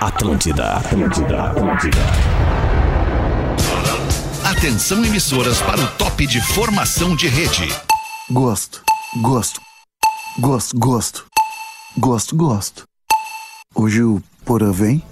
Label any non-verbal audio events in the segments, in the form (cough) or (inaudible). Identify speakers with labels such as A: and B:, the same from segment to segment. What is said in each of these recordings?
A: Atlântida, Atlântida, Atlântida.
B: Atenção emissoras para o top de formação de rede.
C: Gosto, gosto, gosto, gosto, gosto, gosto. Hoje o Porã vem?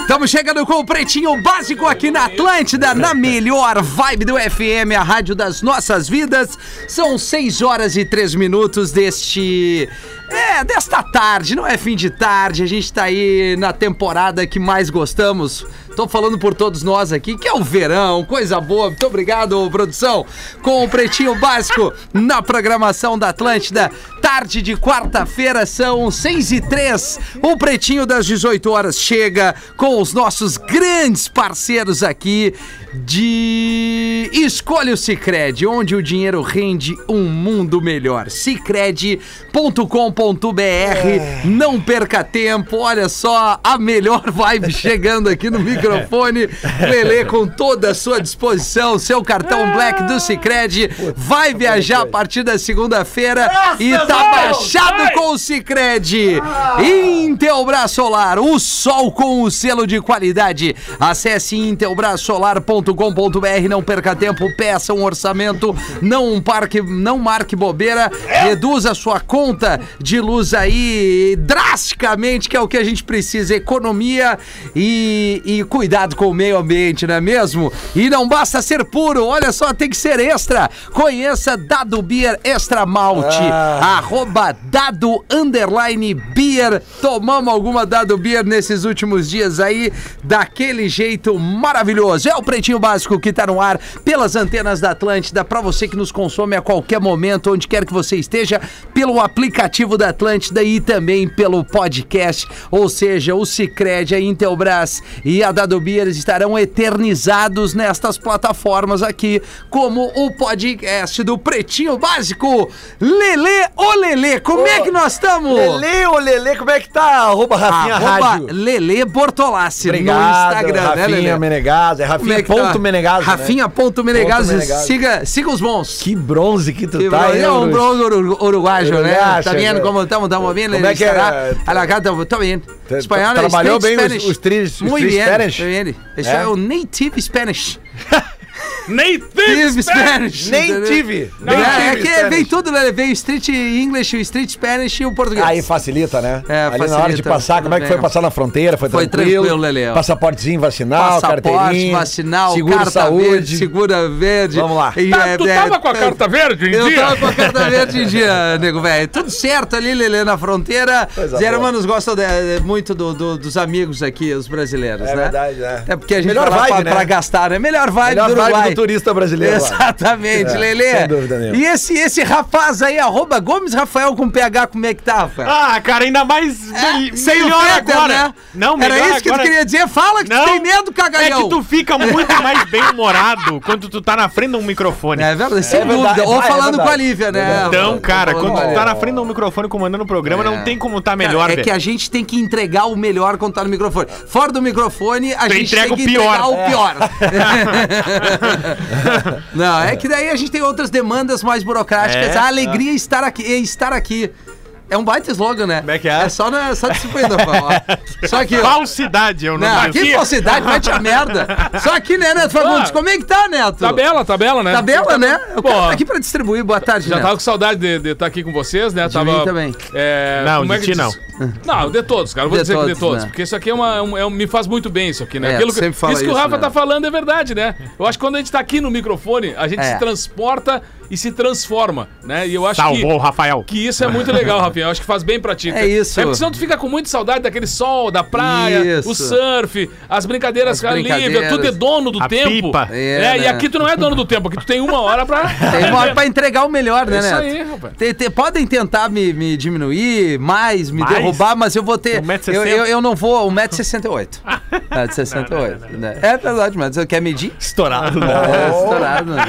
D: Estamos chegando com o Pretinho Básico aqui na Atlântida, na melhor vibe do FM, a rádio das nossas vidas. São 6 horas e 3 minutos deste. É, desta tarde, não é fim de tarde, a gente tá aí na temporada que mais gostamos. Tô falando por todos nós aqui, que é o verão, coisa boa. Muito obrigado, produção, com o Pretinho Básico na programação da Atlântida. Tarde de quarta-feira, são 6 e 3. O Pretinho das 18 horas chega com os nossos grandes parceiros aqui de Escolha o Cicred, onde o dinheiro rende um mundo melhor. Cicred.com.br. Não perca tempo, olha só a melhor vibe chegando aqui no microfone. Lele com toda a sua disposição, seu cartão black do Cicred. Vai viajar a partir da segunda-feira e tá baixado com o Cicred. Intelbras Solar, o sol com o selo de qualidade. Acesse intelbrasolar.com.br, não perca tempo, peça um orçamento, não parque, não marque bobeira, reduza a sua conta de luz aí drasticamente, que é o que a gente precisa, economia e, e cuidado com o meio ambiente, não é mesmo? E não basta ser puro, olha só, tem que ser extra. Conheça Dado Beer Extra Malte, arroba Dado Underline Beer. Tomamos alguma Dado Beer nesses últimos dias aí, daquele jeito maravilhoso. É o Pretinho Básico que tá no ar pelas antenas da Atlântida, pra você que nos consome a qualquer momento, onde quer que você esteja, pelo aplicativo da Atlântida e também pelo podcast, ou seja, o Cicred, a Intelbras e a Dado Beer estarão eternizados nestas plataformas aqui, como o podcast do Pretinho Básico. Lele, ô Lele, como é que nós estamos?
E: Lele, ô Lele, como é que tá? Arroba Rafinha
D: Arroba
E: Rádio.
D: Lele Bortolassi no Instagram,
E: Rafinha
D: né, Lelê?
E: Menegaz, é
D: Como
E: Rafinha
D: é que
E: ponto
D: tá?
E: Menegaz, né?
D: Rafinha ponto Menegaz,
E: Ponto Menegaz.
D: siga, siga os bons.
E: Que bronze que tu
D: Que
E: tá,
D: bronze-
E: hein,
D: é um
E: Bruno?
D: bronze uru- uruguaio, né?
E: Uruguaio,
D: Tá vendo
E: né?
D: como estamos? Estamos vindo.
E: Como é que é?
D: Estou
E: Tra-
D: vendo. Espanhol é
E: tra- trabalhou
D: Street
E: bem os- os tris- os
D: Muito
E: tris
D: bem.
E: Spanish?
D: muito bem. Isso
E: É?
D: é o native Spanish.
F: Nem
D: (laughs) Native Spanish.
E: Nem
D: entendeu?
E: tive,
D: Não,
E: nem
D: é
E: tive
D: que
E: Spanish.
D: vem tudo, né? Veio o Street English, o Street Spanish e o português.
E: Aí facilita, né?
D: É,
E: Ali
D: facilita,
E: na hora de passar, como é que
D: tudo
E: foi
D: bem.
E: passar na fronteira? Foi,
D: Foi
E: tranquilo?
D: tranquilo, Lelê, ó.
E: Passaportezinho vacinal,
D: Passaporte,
E: carteirinha.
D: vacinal,
E: Ah, seguro
D: carta
E: saúde.
D: verde, segura verde.
E: Vamos lá.
D: E
F: Tá,
D: é-
F: tu
D: é-
F: tava com a carta verde em
D: Eu
F: dia?
D: tava com
F: (laughs)
D: a carta verde em dia, nego velho. Tudo certo ali, Lelê, na fronteira.
E: Coisa
D: Os
E: boa.
D: hermanos gostam de- de- muito do- do- dos amigos aqui, os brasileiros,
E: É
D: né?
E: verdade, né?
D: É porque a gente
E: Melhor
D: vai lá
E: vibe,
D: pra,
E: né?
D: pra gastar, né? Melhor vibe
E: Melhor
D: do
E: vibe
D: Uruguai.
E: do turista brasileiro lá.
D: Exatamente,
E: É,
D: Lelê.
E: sem dúvida nenhuma.
D: E esse, esse rapaz aí, arroba Gomes Rafael com PH, como é que tá, Rafael?
F: Ah, cara, ainda mais
D: É,
F: mel- melhor
D: Feder,
F: agora. Não, melhor
D: né? Era isso que
F: agora.
D: tu queria dizer? Fala que
F: Não,
D: tu tem medo, cagalhão.
F: É que tu fica muito mais bem-humorado quando tu tá na frente de um microfone.
D: É verdade, sem
E: verdade,
D: dúvida. Ou
E: vai, é
D: falando
E: verdade.
D: com a Lívia, né?
F: Ah, Então,
D: Ou
F: cara,
D: falando
F: quando
D: com a
F: tu
D: Lívia.
F: tá na frente de um microfone comandando o programa, não tem como tá melhor,
D: Cara, é
F: velho.
D: que a gente tem que entregar o melhor quando tá no microfone. Fora do microfone, a gente
F: entrega
D: tem
F: o
D: que
F: pior.
D: entregar o pior. Não, é que daí a gente tem outras demandas mais burocráticas.
F: É,
D: a alegria é estar aqui, é estar aqui. É um baita slogan, né? Como
F: é que é?
D: É só, na, só disciplina, Paulo.
F: (laughs)
D: ó. né, Só aqui, ó.
F: Falsidade, eu não,
D: Não, que
F: merecia.
D: falsidade, vai te a merda. Só aqui, né, Neto Fagundes? Como é que tá, Neto?
G: Tá bela, tá bela, né?
D: Tá bela, né? O
G: Pô,
D: cara tá aqui pra distribuir. Boa tarde,
F: É.
G: Já
F: tá
D: Neto.
G: tava com saudade de estar aqui com vocês, né?
D: De
G: tava,
D: mim também.
G: É,
F: Não,
G: como é
F: de
G: que
F: ti
G: diz? Não, de todos, cara. Vou
D: De
G: dizer que de
D: todos,
G: todos.
D: né?
G: Porque isso aqui é uma, é um- é um- me faz muito bem, isso aqui, né?
D: É,
G: Aquilo
D: tu
G: que,
D: sempre fala
G: isso que o
D: isso,
G: Rafa
D: né?
G: tá falando é verdade, né? Eu acho que quando a gente tá aqui no microfone, a gente
D: É.
G: se transporta e se transforma, né? E eu acho que...
F: Salvou Tá o Rafael.
G: Que isso é muito legal, Rafinha. Eu acho que faz bem pra ti.
D: É isso.
G: É porque senão tu fica com muita saudade daquele sol, da praia,
D: Isso.
G: o surf, as brincadeiras
D: As
G: com a Lívia.
D: brincadeiras.
G: Tu é dono do
F: A
G: tempo.
F: pipa.
D: É,
G: É,
D: né?
G: e aqui tu não é dono do tempo. Aqui tu tem uma hora pra...
D: (laughs) Tem uma hora pra entregar o melhor, né,
G: É isso
D: Neto?
G: aí, rapaz.
D: Te- te- podem tentar me, me diminuir mais, me
F: Mais?
D: derrubar, mas eu vou ter.
F: 1,60m.
D: eu, eu, eu não vou. 1,68m. 1,68m. né? É verdade, mas você quer medir?
F: Estourado.
D: É, estourado. né?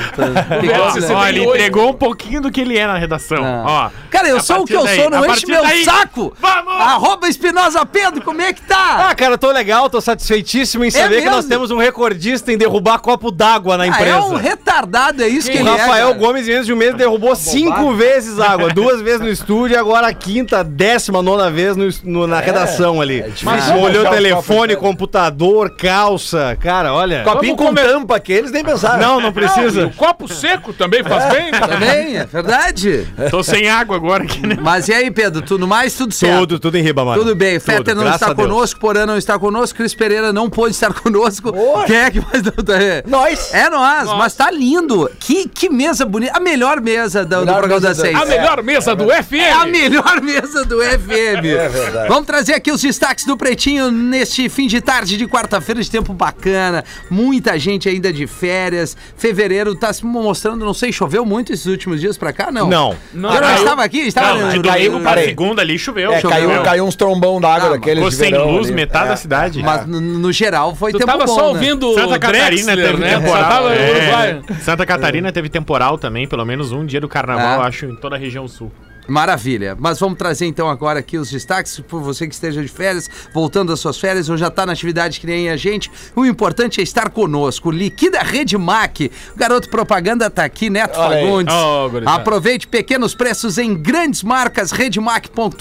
D: Pegou,
G: Você
D: né?
F: Ó, ele
G: tem oito.
F: entregou um pouquinho do que ele é na redação.
D: Não.
F: Ó.
D: Cara, eu
F: A
D: sou o que
F: partir
D: eu
F: daí-
D: sou, não
F: a
D: enche
F: partir
D: meu
F: daí-
D: saco! Ah.
F: Vamos!
D: Arroba Espinosa Pedro, como é que tá?
H: Ah, cara, tô legal, tô satisfeitíssimo em saber que
D: É mesmo?
H: nós temos um recordista em derrubar copo d'água na
D: Ah,
H: empresa.
D: é um retardado, é isso que,
H: o
D: ele
H: Rafael
D: é. cara. Tá
H: Gomes, em menos de um mês, derrubou cinco vezes água. Duas vezes no estúdio e agora a quinta, décima, nona vez no es- no- na redação ali. Mas
E: arranjar
H: olhou
E: o copo
H: telefone,
E: inteiro.
H: computador, calça. Cara, olha.
E: Copinho com tampa que eles nem pensaram.
H: Não, não precisa.
G: Copo seco também faz bem, né?
D: Também, é verdade.
F: Tô sem água agora aqui, né?
D: Mas e aí, Pedro, tudo mais, tudo certo?
H: Tudo, tudo em riba, mano.
D: Tudo bem, Fetter não
H: graças
D: está
H: a Deus.
D: conosco, Porã não está conosco, Cris Pereira não pôde estar conosco. Quem é que mais não tá? É.
E: Nós.
D: É nós, mas tá lindo. Que, que mesa bonita. A melhor mesa do, do
E: Melhor
D: programa
E: mesa
D: das
E: do-
D: seis.
G: A melhor mesa do FM.
D: É a melhor mesa do FM.
E: É verdade.
D: Vamos trazer aqui os destaques do Pretinho neste fim de tarde de quarta-feira de tempo bacana. Muita gente ainda de férias. Fevereiro tá se mostrando, não sei, choveu muito esses últimos dias pra cá, não?
H: Não.
D: Não, eu não
F: caiu-
D: estava aqui, estava
F: Não, mas
D: no-
F: caiu pra
E: Parei.
F: segunda ali, choveu.
E: É,
F: Choveu.
E: caiu, caiu uns trombão d'água
D: Ah,
E: daqueles
F: Ficou
E: de
F: sem
E: verão
F: luz,
E: ali. É.
F: metade da cidade. É.
D: Mas no, no geral foi
G: Tu
D: tempo
G: tava
D: bom,
G: só
D: né?
G: ouvindo
F: Santa
G: o Drexler,
F: Catarina teve
G: né?
F: temporal.
G: Só tava no
F: É.
G: Uruguai.
F: Santa Catarina teve temporal também, pelo menos um dia do carnaval,
D: Ah.
F: acho, em toda a região sul.
D: Maravilha. Mas vamos trazer então agora aqui os destaques. Por você que esteja de férias, voltando às suas férias ou já está na atividade que nem a gente, o importante é estar conosco. Liquida Rede Mac. O garoto propaganda tá aqui, Neto
E: Olha aí.
D: Fagundes.
G: Ó, gurizada.
D: Aproveite pequenos preços em grandes marcas. Redemac.com.br.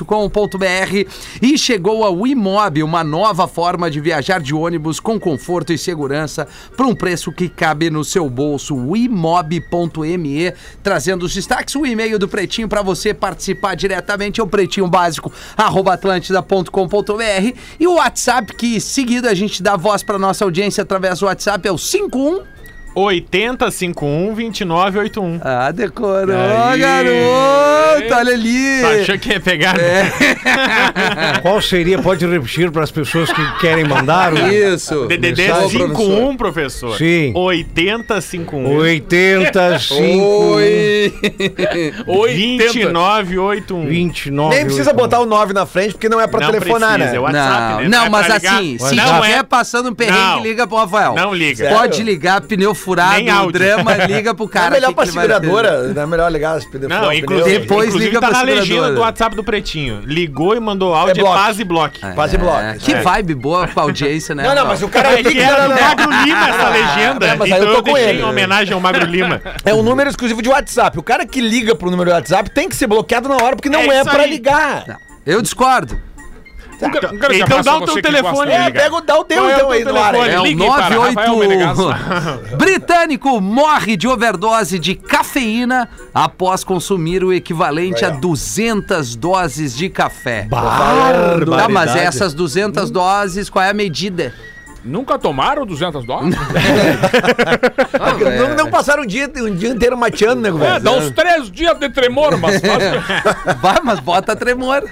D: E chegou a Wimob, uma nova forma de viajar de ônibus com conforto e segurança por um preço que cabe no seu bolso. Wimob.me. Trazendo os destaques, o e-mail do Pretinho para você participar diretamente é o pretinho básico, atlântida.com.br. E o WhatsApp, que seguido a gente dá voz para nossa audiência através do WhatsApp, é o 51.
F: 8051-2981.
D: Ah, decorou,
F: Aí.
D: garoto! Olha ali!
F: Achou que ia pegar?
E: né? É.
H: Qual seria? Pode repetir para as pessoas que querem mandar?
F: (laughs)
H: o-
D: Isso.
F: DDD
D: Ô,
F: 51, professor.
H: Sim.
F: 8051.
H: Tá
D: né,
H: 85,
D: Oi.
G: 80.
F: 2981.
H: 29.
E: Nem precisa botar o 9 na frente, porque não é pra
F: Não
E: telefonar,
F: precisa,
E: né?
F: eu-
D: não,
F: (laughs) WhatsApp, né?
D: não,
F: É
D: mas
F: pra ligar?
D: assim, se
F: Não
D: tiver
F: é-
D: passando um perrengue,
F: Não.
D: liga pro Rafael.
F: Não liga.
D: Pode ligar, pneu furado,
F: Nem áudio.
D: drama, liga pro cara.
E: (laughs) é melhor
D: que
E: pra
D: que ele vai atender.
E: seguradora, não é melhor ligar as pneus.
F: Não, inclusive,
E: pneus.
D: Depois
F: inclusive
D: liga
F: tá
D: pra
F: na legenda
D: seguradora.
F: do WhatsApp do Pretinho. Ligou e mandou áudio,
E: É
F: é
E: bloco.
F: paz e bloco.
E: Quase bloco.
D: É, que vibe boa com a audiência, né?
E: Não, não,
D: Rafael?
E: mas o cara né?
F: É que era do Magro Lima essa legenda.
E: É, mas
F: então
E: aí eu
F: eu,
E: tô com
F: deixei
E: ele.
F: em homenagem ao Magro Lima.
E: É um número exclusivo de WhatsApp. O cara que liga pro número de WhatsApp tem que ser bloqueado na hora, porque não
F: É
E: é,
F: isso
E: pra
F: aí.
E: ligar.
D: Eu discordo.
F: Então dá o teu telefone
E: É,
F: aí.
E: pega o dá o teu
F: Qual é o
E: então
F: teu
E: aí no ar.
F: telefone?
D: É o
G: Liguem para Rafael
D: 98. Britânico morre de overdose de cafeína após consumir o equivalente a 200 doses de café. Tá, mas essas 200
E: Hum.
D: doses, qual é a medida?
G: Nunca tomaram 200 dólares?
E: Ah, que (laughs) Não, não passaram um dia, um dia inteiro mateando, né,
G: É,
E: velho?
G: dá uns três dias de tremor,
F: (laughs)
G: mas
F: É,
G: faz...
D: é. Vai, mas bota tremor.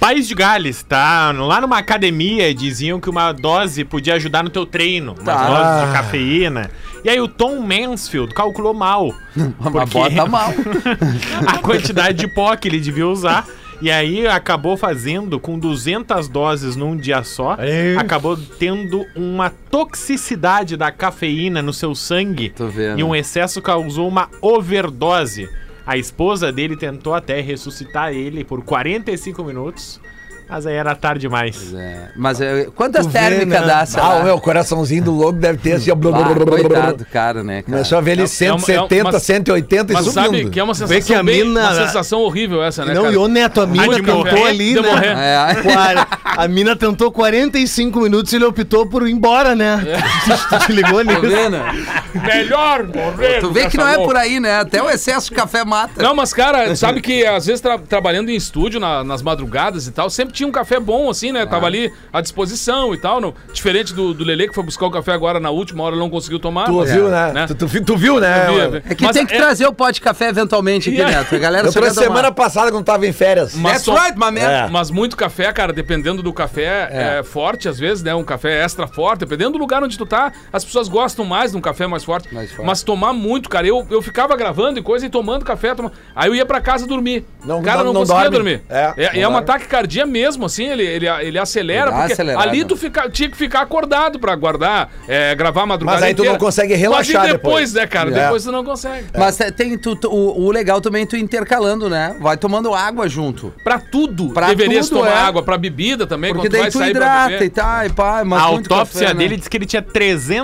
F: País de Gales, tá? Lá numa academia diziam que uma dose podia ajudar no teu treino. Uma
D: Tá.
F: dose de cafeína. E aí o Tom Mansfield calculou mal.
E: (laughs)
D: Mas bota mal.
F: (laughs) a quantidade de pó que ele devia usar. E aí acabou fazendo com 200 doses num dia só. Acabou tendo uma toxicidade da cafeína no seu sangue.
D: Tô vendo.
F: E um excesso causou uma overdose. A esposa dele tentou até ressuscitar ele por 45 minutos. Mas aí era tarde demais.
D: É, Mas é, quantas térmicas dá, sei lá?
E: Ah, o meu coraçãozinho do lobo deve ter assim, ó. blá, blá, blá,
D: Ah,
E: blá, blá, blá.
D: coitado, cara, né? cara?
E: Começou a ver ele
G: É uma- é uma-
E: 170,
G: mas-
E: 180 e
G: Mas
E: subindo.
G: sabe que é uma sensação
H: que a
G: bem-
H: mina-
G: uma sensação horrível essa, né,
H: Não,
G: cara?
H: e o Neto, a mina
G: de
H: tentou
G: morrer,
H: ali,
G: de
H: né?
G: morrer.
D: É,
H: Quara- A mina tentou 45 minutos e ele optou por ir embora, né? (laughs) tu te ligou
D: tá
H: nisso?
D: vendo?
E: (laughs)
G: Melhor morrer.
D: Tu vê que não é por aí, né? Até o excesso de café mata.
G: Não,
E: (laughs)
G: mas cara, sabe que às vezes tra- trabalhando em estúdio, na- nas madrugadas e tal, sempre tinha um café bom, assim, né?
E: Ah.
G: Tava ali à disposição e tal. não- Diferente do, do Lele, que foi buscar o café agora na última hora, não conseguiu tomar.
E: Tu ouviu, né?
G: Né?
E: Tu, tu vi- tu viu, né?
G: Eu vi, eu vi.
E: Eu
D: É que
G: Mas
D: tem que
G: é-
D: trazer o pó de café eventualmente
G: (laughs)
D: aqui,
G: E aí?
D: Neto. A galera só
E: trouxe
D: quer tomar.
E: semana passada quando tava em férias.
G: Mas
D: That's
G: só-
D: right, my man.
E: É.
G: Mas muito café, cara, dependendo do café é. forte, às vezes, né? Um café extra forte, dependendo do lugar onde tu tá, as pessoas gostam mais de um café mais forte.
D: Mais forte.
G: Mas tomar muito, cara. Eu, eu ficava gravando e coisa e tomando café. toma- Aí eu ia pra casa dormir.
E: Não-
G: cara,
E: não-
G: eu não,
E: não
G: conseguia
E: dorme.
G: dormir.
E: É,
G: É,
E: não
G: é, uma
E: dorme.
G: taquicardia mesmo, assim. Ele, ele, ele acelera.
D: Ele dá
G: Porque
D: acelerado.
G: ali tu fica, tinha que ficar acordado pra guardar, é, gravar a madrugada.
E: Mas aí tu não consegue relaxar
G: Mas e
E: depois?
G: depois, né, cara?
E: É.
G: Depois tu não consegue.
D: Mas te- tem tu- tu- o, o legal também é tu intercalando, né? Vai tomando água junto.
G: Pra tudo
D: Pra
G: deverias
D: tudo,
G: tomar
D: é.
G: água, pra bebida também.
D: Porque
G: quando
D: daí
G: vai
D: tu
G: sair pra
D: hidrata
G: beber.
D: e tal, e pá, mas
F: A
D: muito
F: autópsia
D: café, né?
F: dele diz que ele tinha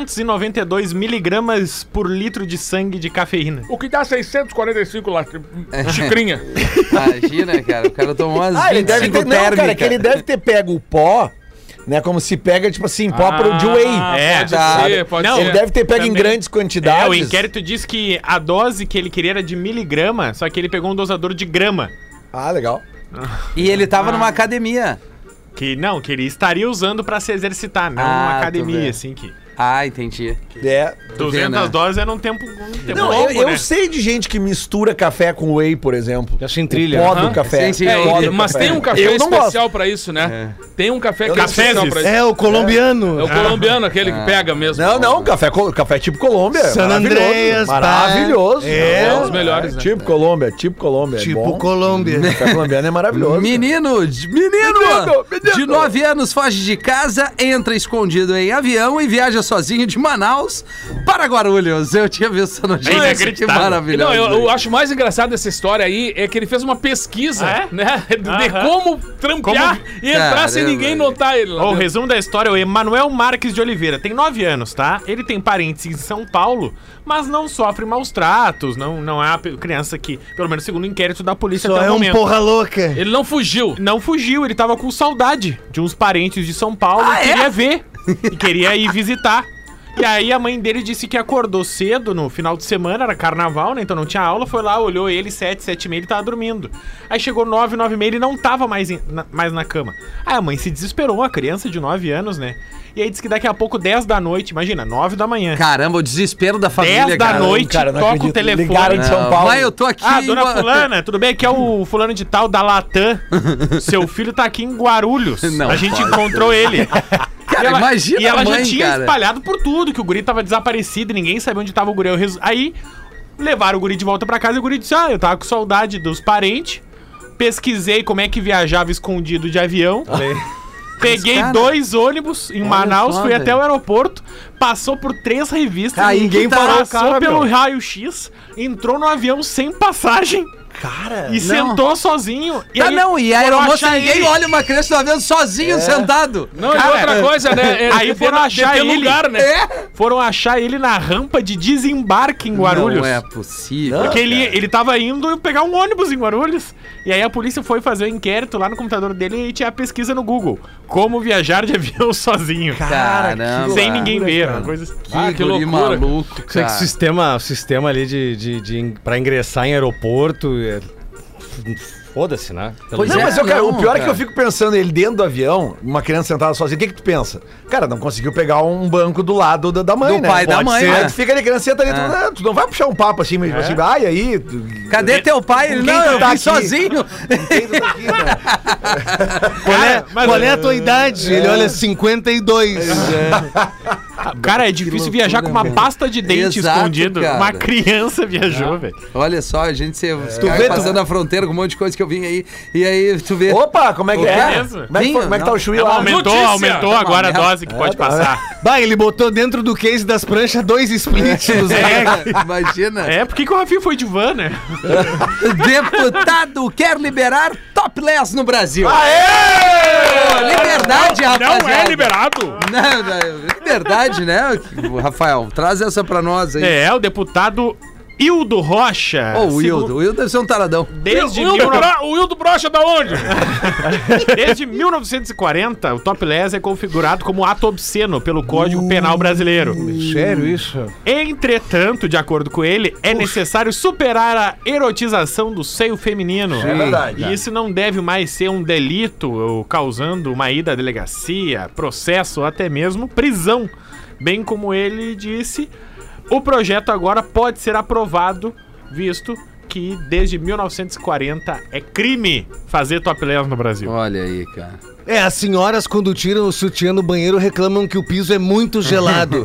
F: 392 miligramas por litro de sangue de cafeína.
G: O que dá 645 lá, tipo,
E: É. (laughs)
G: xicrinha.
D: (laughs) Imagina, cara. O cara tomou umas
E: Ah,
D: 25
E: ele deve ter. Não, cara, é que
D: térmicas.
E: ele deve ter pego o pó, né? Como se pega, tipo assim, pó pro de whey.
F: é,
G: pode
D: tá.
G: ser, Ah, pode
F: Não,
G: ser.
E: Ele deve ter pego em
F: Também.
E: grandes quantidades.
F: É, o inquérito diz que a dose que ele queria era de miligrama, só que ele pegou um dosador de grama.
E: Ah, legal.
D: E ele tava
E: Ah.
D: numa academia.
F: Que não, que ele estaria usando pra se exercitar, não
D: Ah,
F: numa
D: tô vendo.
F: academia, assim que.
E: né?
D: Ah, entendi.
E: É.
F: 200
D: né?
F: doses era um tempo, um
G: É
F: tempo
E: Não,
F: longo,
E: eu, eu
F: né?
E: sei de gente que mistura café com whey, por exemplo.
H: Já sem trilha.
E: O pó do
G: Aham.
E: café.
D: Sim, sim,
E: O
D: eu-
E: pó
G: É,
E: do
G: mas tem um café
E: Eu não
G: especial pra isso, né? Tem um café que é
F: Cafezes.
G: especial pra isso.
H: É, o colombiano.
G: É o colombiano, aquele que pega mesmo.
E: Ah. Não, não, café, co- café tipo Colômbia.
H: San
E: maravilhoso,
H: Andreas, pá.
E: Maravilhoso.
H: É.
G: É um dos melhores, né?
E: Tipo Colômbia, tipo Colômbia. é
H: tipo
E: bom.
H: Colômbia.
E: Café colombiano é maravilhoso.
D: Menino, de- menino, de 9 anos foge de casa, entra escondido em avião e viaja sozinho de Manaus para Guarulhos. Eu tinha visto essa notícia.
F: É
D: que
E: tipo
F: inacreditável.
D: maravilhoso.
G: Não, eu, eu acho mais engraçado dessa história aí é que ele fez uma pesquisa,
F: Ah, é?
G: né? De
F: Aham.
G: como trampear e entrar sem
D: Caramba,
G: ninguém
D: velho.
G: notar ele lá.
F: Ó, o
G: dentro.
F: resumo da história, é o Emanuel Marques de Oliveira tem 9 anos, tá? Ele tem parentes em São Paulo, mas não sofre maus tratos, não, não é a pe- criança que, pelo menos segundo o inquérito da polícia
H: Só é um porra louca.
G: Ele não fugiu.
F: Não fugiu, ele tava com saudade de uns parentes de São Paulo e queria ver. E queria ir visitar. E aí a mãe dele disse que acordou cedo no final de semana, era carnaval, né? Então não tinha aula, foi lá, olhou ele, sete, sete e meia, ele tava dormindo. Aí chegou nove, nove e meia, ele não tava mais, em- na, mais na cama. Aí a mãe se desesperou, uma criança de nove anos, né? E aí disse que daqui a pouco, dez da noite, imagina, nove da manhã.
D: Caramba, o desespero da família,
F: 10 da
D: cara.
F: noite,
E: cara, eu não
F: toca o
E: acredito.
F: telefone.
E: Ligaram de São
D: Não,
E: Paulo.
D: Mas eu tô aqui.
F: Ah,
D: em
F: dona
D: Gua-
F: fulana, tudo bem? Aqui é o fulano de tal da Latam. Seu filho tá aqui em Guarulhos.
D: Não
F: a gente
D: pode
F: encontrou ele.
D: Cara,
F: e ela,
D: imagina
F: e ela
D: a mãe,
F: já tinha
D: cara.
F: espalhado por tudo, que o guri tava desaparecido, ninguém sabia onde tava o guri. Eu resu- Aí levaram o guri de volta pra casa e o guri disse: Ah, eu tava com saudade dos parentes. Pesquisei como é que viajava escondido de
D: (laughs)
F: avião. Peguei
D: Mas, cara,
F: dois ônibus em
D: olha
F: Manaus,
D: só,
F: fui até
D: velho.
F: o aeroporto, passou por três revistas,
D: Aí que tá.
F: passou pelo raio-x, entrou no avião sem passagem. Cara, e sentou sozinho. E
D: Tá,
F: aí
D: não, e a
F: foram
D: aeromoça,
F: achar
D: ninguém
F: ele.
D: olha uma criança do avião sozinho, sentado.
G: Não,
F: Cara,
G: e outra coisa, né? É,
F: aí
G: de-
F: foram
G: de-
F: achar
G: de- de
F: ele.
G: lugar, né?
E: É,
F: Foram achar ele na rampa de desembarque em Guarulhos.
D: Não é possível.
F: Porque ele, ele tava indo pegar um ônibus em Guarulhos. E aí a polícia foi fazer o inquérito lá no computador dele e tinha a pesquisa no Google. Como viajar de (laughs) avião sozinho.
D: Caramba.
F: Sem ninguém ver. uma Coisa assim.
D: Que, guri
G: loucura.
D: maluco,
H: Isso é
D: cara.
H: que o sistema, o sistema ali de, de, de- pra ingressar em aeroporto. é- Foda-se, né? Pelo
D: Pois
E: Não,
D: é,
E: mas eu, cara,
D: não,
E: o pior é que
D: cara.
E: eu fico pensando, ele dentro do avião, uma criança sentada sozinha, o que que tu pensa? Cara, não conseguiu pegar um banco do lado da, da mãe,
D: Do
E: né?
D: pai e da
E: Pode
D: mãe,
E: ser.
D: né? É.
E: Aí tu fica ali, criança senta ali, tu, ah, tu não vai puxar um papo assim,
H: É.
E: mas assim, ai, aí... tu-
D: Cadê teu pai? Ele,
E: Quem
D: não, eu
E: tá
D: vim
E: aqui?
D: sozinho.
E: quem tu tá aqui, né?
H: Qual é,
F: mas-
H: qual é a tua idade? Ele olha 52.
F: Cara, é difícil viajar com uma
D: velho.
F: pasta de dente
D: Exato,
F: escondido.
D: cara. Ah,
F: Uma criança viajou, velho.
D: (laughs) Olha só, a gente se fica
E: vê, É. tu-
D: passando a fronteira com um monte de coisa que eu vim aí. E aí tu vê.
E: Opa, como é que
D: Ô,
E: é?
D: cara,
E: Como é que,
D: vinho,
E: foi- como é que tá
D: não.
E: o chui
H: um
F: Ela
E: lá?
F: aumentou,
G: notícia!
F: aumentou
D: Tá uma
F: agora a
D: merda.
F: dose que pode passar.
H: Tá, né? Bah, ele botou dentro do case das pranchas dois splits dos
D: É, (laughs) Imagina.
F: É, por que que o Rafinha foi de van, né?
D: Deputado quer liberar topless no Brasil. Liberdade,
E: é
F: (laughs)
D: rapaziada.
F: É liberado.
D: Não, não, liberdade, né, Rafael? Traz essa pra nós aí.
F: É, o deputado Hildo Rocha.
D: Ô, o
F: segundo-
D: Wildo. O Wildo deve ser um taradão.
F: Desde,
G: Wildo
F: 19...
G: Bro- o Wildo Brocha da onde?
F: Desde 1940, o topless é configurado como ato obsceno pelo Código Penal Brasileiro.
H: Sério isso?
F: Entretanto, de acordo com ele, é necessário superar a erotização do seio feminino.
E: É verdade.
F: E isso não deve mais ser um delito, ou causando uma ida à delegacia, processo ou até mesmo prisão. Bem como ele disse, o projeto agora pode ser aprovado, visto que desde 1940 é crime fazer top 10 no Brasil.
D: Olha aí, cara.
H: É, as senhoras quando tiram o sutiã no banheiro reclamam que o piso é muito (laughs) gelado.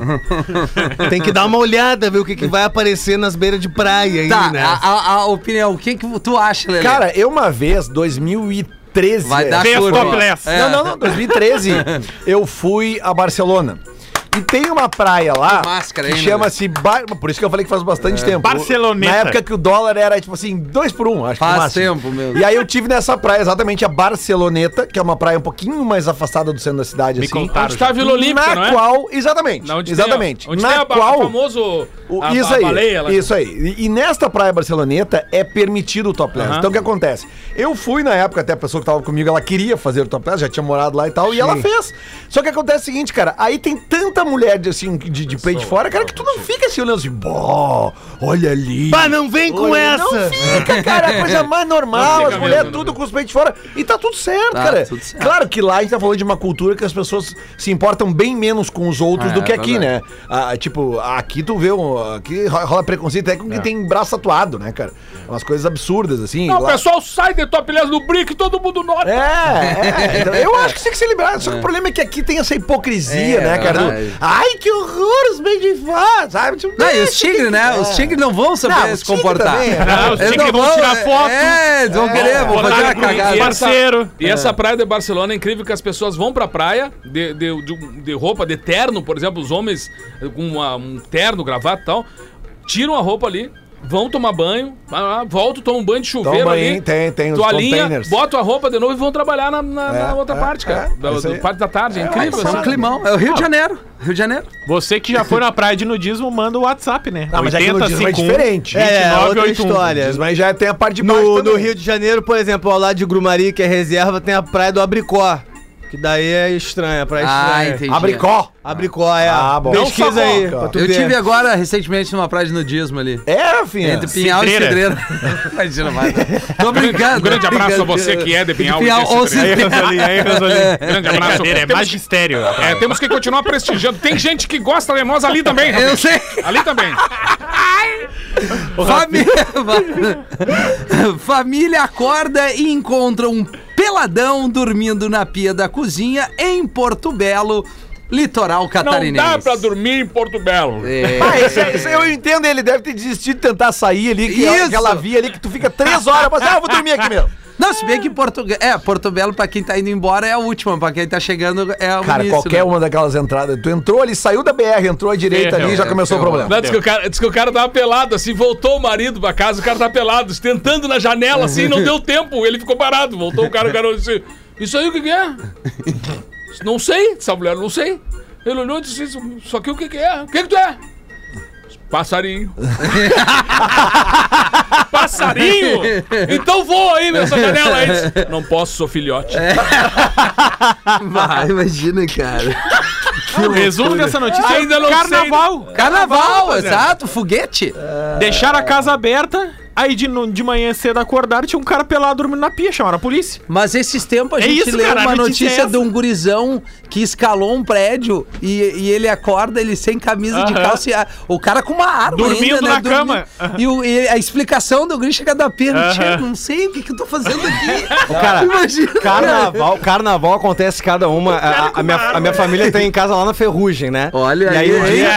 H: Tem que dar uma olhada, ver o que, que vai aparecer nas beiras de praia aí,
D: Tá,
H: né?
D: a, a- a opinião, o que, que tu acha, né, Lelê?
E: Cara, eu uma vez, 2013.
D: vai dar
F: fez
D: curva.
F: topless.
D: É.
E: Não, não, não,
D: (laughs)
E: 2013. eu fui a Barcelona. E tem uma praia lá
D: Que máscara, né? É.
E: que
D: hein,
E: chama-se... Bar- Por isso que eu falei que faz bastante tempo.
F: Barceloneta.
E: Na época que o dólar era, tipo assim, dois por um, acho que
D: Faz
E: no máximo.
D: tempo mesmo.
E: E aí eu tive nessa praia, exatamente a Barceloneta, que é uma praia um pouquinho mais afastada do centro da cidade,
F: Me
E: assim.
F: contaram.
G: Onde tá a Vila Olímpica,
E: na
G: não é?
E: qual... Exatamente,
G: Na onde tem a-
E: exatamente.
G: onde tem
E: na
G: a, ba-
E: qual...
G: o famoso...
E: O-
G: a-
E: isso
G: a
E: aí,
G: baleia lá.
E: isso aí. E, e nesta praia barceloneta é permitido o topless.
G: Aham.
E: Então o que acontece? Eu fui na época, até a pessoa que tava comigo, ela queria fazer o topless, já tinha morado lá e tal, e ela fez. Só que acontece o seguinte, cara, aí tem tanta mulher de, assim, de, de peito de fora, cara, que tu não fica assim olhando assim, bó, olha ali.
H: Pá, não vem com
E: Olha,
H: essa!
E: Não fica, cara. É
D: (laughs)
E: a coisa mais
G: Não
E: normal.
G: fica
E: As mulheres
G: mesmo,
E: tudo com os peitos de fora. E tá tudo certo,
D: né? Tá
E: cara.
D: tudo certo.
E: Claro que lá a gente tá falando de uma cultura que as pessoas se importam bem menos com os outros
D: É,
E: do que
D: é
E: aqui, né? Ah, tipo, aqui tu vê um. Aqui ro- rola preconceito até com
D: É.
E: quem tem braço tatuado, né, cara? Umas coisas absurdas, assim.
G: Não, o
E: lá-
G: pessoal sai de top 10 no brick e todo mundo nota.
E: É, é. Então, eu acho que tem que se liberar. Só que o problema é que aqui tem essa hipocrisia,
D: É,
E: né, cara? Do,
D: verdade.
E: Ai, que horror, os bem de fora, sabe? Tipo,
D: Não, e
E: deixa,
D: os tigres,
E: tem
D: né?
E: que- É.
D: Os tigres não vão saber
E: Não, os
D: se
E: tigre
D: comportar.
E: também, é.
F: Ah, os
D: Eles
F: tigres
D: não
F: vão tirar foto.
D: É, eles vão querer, vão fazer
F: botar
D: uma
F: no grupo
D: cagada.
F: do parceiro.
G: E essa praia de Barcelona é incrível que as pessoas vão pra praia de, de, de- de roupa, de terno, por exemplo, os homens eh, com uma- um terno, gravata e tal, tiram a roupa ali, vão tomar banho, vai lá, voltam, tomam um banho de chuveiro
E: Toma
G: ali,
E: aí, tem, tem os
G: toalhinha,
E: containers.
G: botam a roupa de novo e vão trabalhar na, na- na
E: É,
G: outra
E: é,
G: parte, cara.
E: é,
G: da,
E: é isso
G: do-
E: aí.
G: parte da tarde, é, incrível.
D: É um
G: assim.
D: climão. É o Rio de Janeiro. Rio de Janeiro.
F: Você que já foi na praia de nudismo, manda o WhatsApp, né?
E: Ah, mas aqui no dízimo é
F: 8051.
E: diferente.
H: É,
F: 29,
H: outra
F: 81.
H: história.
E: Mas já tem a parte de
H: No,
E: também.
H: no Rio de Janeiro, por exemplo, ao lado de Grumari, que é reserva, tem a praia do Abricó. Que daí é estranha, a praia
D: Ah,
H: estranha.
D: entendi.
E: Abricó.
H: Abricó, é.
E: Ah, bom.
H: Pesquisa
E: Não só
H: aí.
E: coca.
H: pra tu
D: Eu
H: ver.
D: tive
H: (laughs)
D: agora, recentemente, numa praia de nudismo ali.
E: É, filho.
D: Entre Pinhal
F: Cidreira.
D: e Cidreira. (laughs) Imagina, vai. Tô brincando.
G: Um grande abraço a você que é de Pinhal e de
D: ou
G: Cidreira.
F: Aí,
D: Cidreira.
F: Rosalinho, aí, Rosalinho.
G: Grande abraço.
F: Brincadeira, é
G: Temos-
F: magistério.
G: É, temos que continuar prestigiando. Tem gente que gosta de nós ali também.
D: Eu
G: rapaz.
D: sei.
G: Ali também.
D: Família... Família acorda e encontra um peladão dormindo na pia da cozinha em Porto Belo, litoral
G: (laughs) Não
D: catarinense.
G: dá pra dormir em Porto Belo.
D: É.
E: Ah, esse, esse eu entendo, ele deve ter desistido de tentar sair ali, que é
D: Isso.
E: aquela via ali que tu fica três horas, mas ah, eu vou dormir aqui mesmo.
D: Não, se bem que Porto... É, Porto Belo, pra quem tá indo embora, é a última. Pra quem tá chegando, é o
E: (laughs) Cara,
D: início,
E: qualquer
D: né? (laughs)
E: uma daquelas entradas, tu entrou ali, saiu da BR, entrou à direita ali,
F: Ferrou.
E: já começou o
D: Ferrou.
E: problema.
G: Não, diz, que o cara, diz que o cara tava pelado, assim, voltou o marido pra casa, o cara tá pelado, tentando na janela, assim, não deu tempo, ele ficou parado, voltou o cara, o cara disse, isso aí o que que é? Disse, Não sei, disse a mulher, não sei. Ele olhou e disse, "Isso- isso aqui o que que é? O que que tu é? Disse, Passarinho. Passarinho? Então voa aí nessa janela aí. Disse, Não posso, sou filhote.
D: Vai, imagina, cara.
F: O resumo dessa notícia
G: Ainda não
F: é
G: sei.
F: carnaval.
D: Carnaval, exato, foguete.
F: Deixaram a casa aberta, aí de, no- de manhã cedo acordaram, tinha um cara pelado dormindo na pia, chamaram a polícia.
D: Mas esses tempos a
F: É
D: gente
F: isso,
D: leu
F: cara,
D: uma
F: a notícia é
D: notícia
F: essa.
D: de um gurizão que escalou um prédio e, e ele acorda, ele sem camisa de
F: Aham.
D: calça, e a- o cara com uma arma
F: Dormindo
D: ainda, né?
F: na cama. Aham.
D: E, o- e a explicação do guri chega da perna,
F: Aham.
D: "Tchê, não sei o que, que eu tô fazendo aqui.
H: cara,
D: (laughs) Imagina.
H: Carnaval, carnaval acontece cada uma. A, a
F: com
H: minha,
F: uma arma.
H: a minha família tem em casa lá na Ferrugem, né?
D: Olha
H: e aí.
D: aí,
H: um dia-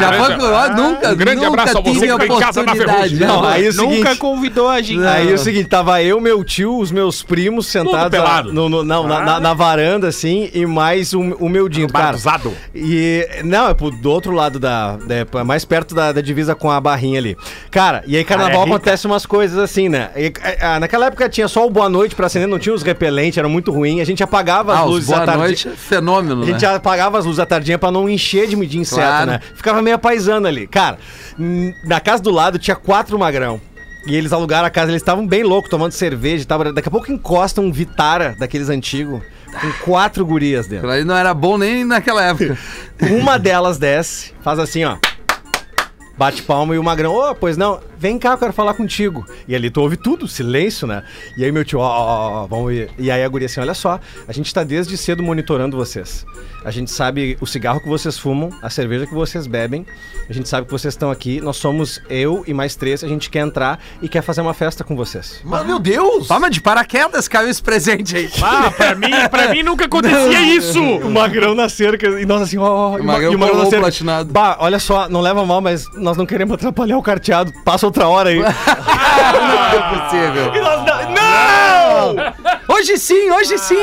D: Já foi,
G: veja.
D: ó, nunca,
G: Ah, Um grande
D: nunca
G: abraço a você
D: tive
G: que tá em casa na
D: oportunidade.
G: Ferrugem.
H: Não, aí é o
F: Nunca
H: seguinte.
F: convidou a gente.
H: Aí é o seguinte, tava eu, meu tio, os meus primos sentados lá
F: pelado. Ah.
H: no- no- não, na, na- na varanda, assim, e mais um- o meu dinho, cara.
F: Barbuzado.
H: E. Não, é pro, do outro lado da. da- pra- mais perto da, da divisa com a barrinha ali. Cara, e aí carnaval
F: Ah, é rica.
H: acontece umas coisas assim, né? E, a- a- naquela época tinha só o boa noite pra acender, não tinha os repelentes, era muito ruim. A gente apagava
D: Ah,
H: as
D: os
H: luzes à
D: boa
H: tarde.
D: noite, fenômeno,
H: A
D: né?
H: gente apagava as luzes à tardinha pra não encher de, de inseto,
D: Claro.
H: né? Ficava meio paisana ali. Cara, n- na casa do lado tinha quatro magrão. E eles alugaram a casa, eles estavam bem loucos, tomando cerveja e tal. Daqui a pouco encosta um Vitara daqueles antigos, com quatro gurias dentro.
D: Aquilo aí não era bom nem naquela
C: (laughs)
D: época.
H: Uma delas desce, faz assim, ó. Bate palma e o magrão, ô, pois não. vem cá, eu quero falar contigo. E ali tu ouve tudo, silêncio, né? E aí meu tio, ó, ó, ó, vamos ir. E aí a guria assim, olha só, a gente tá desde cedo monitorando vocês. A gente sabe o cigarro que vocês fumam, a cerveja que vocês bebem, a gente sabe que vocês estão aqui, nós somos eu e mais três, a gente quer entrar e quer fazer uma festa com vocês.
E: Mas, meu Deus!
D: Toma de paraquedas, caiu esse presente aí.
F: Ah, pra mim, pra mim nunca acontecia é isso.
H: (laughs) O magrão na cerca, e nós assim, ó, ó, e
D: O magrão
H: e
D: colou o platinado.
H: Bah, olha só, não leva mal, mas nós não queremos atrapalhar o carteado, passa outra hora aí.
D: (laughs) Não é possível.
H: Nós não- não!
D: Hoje sim, hoje sim.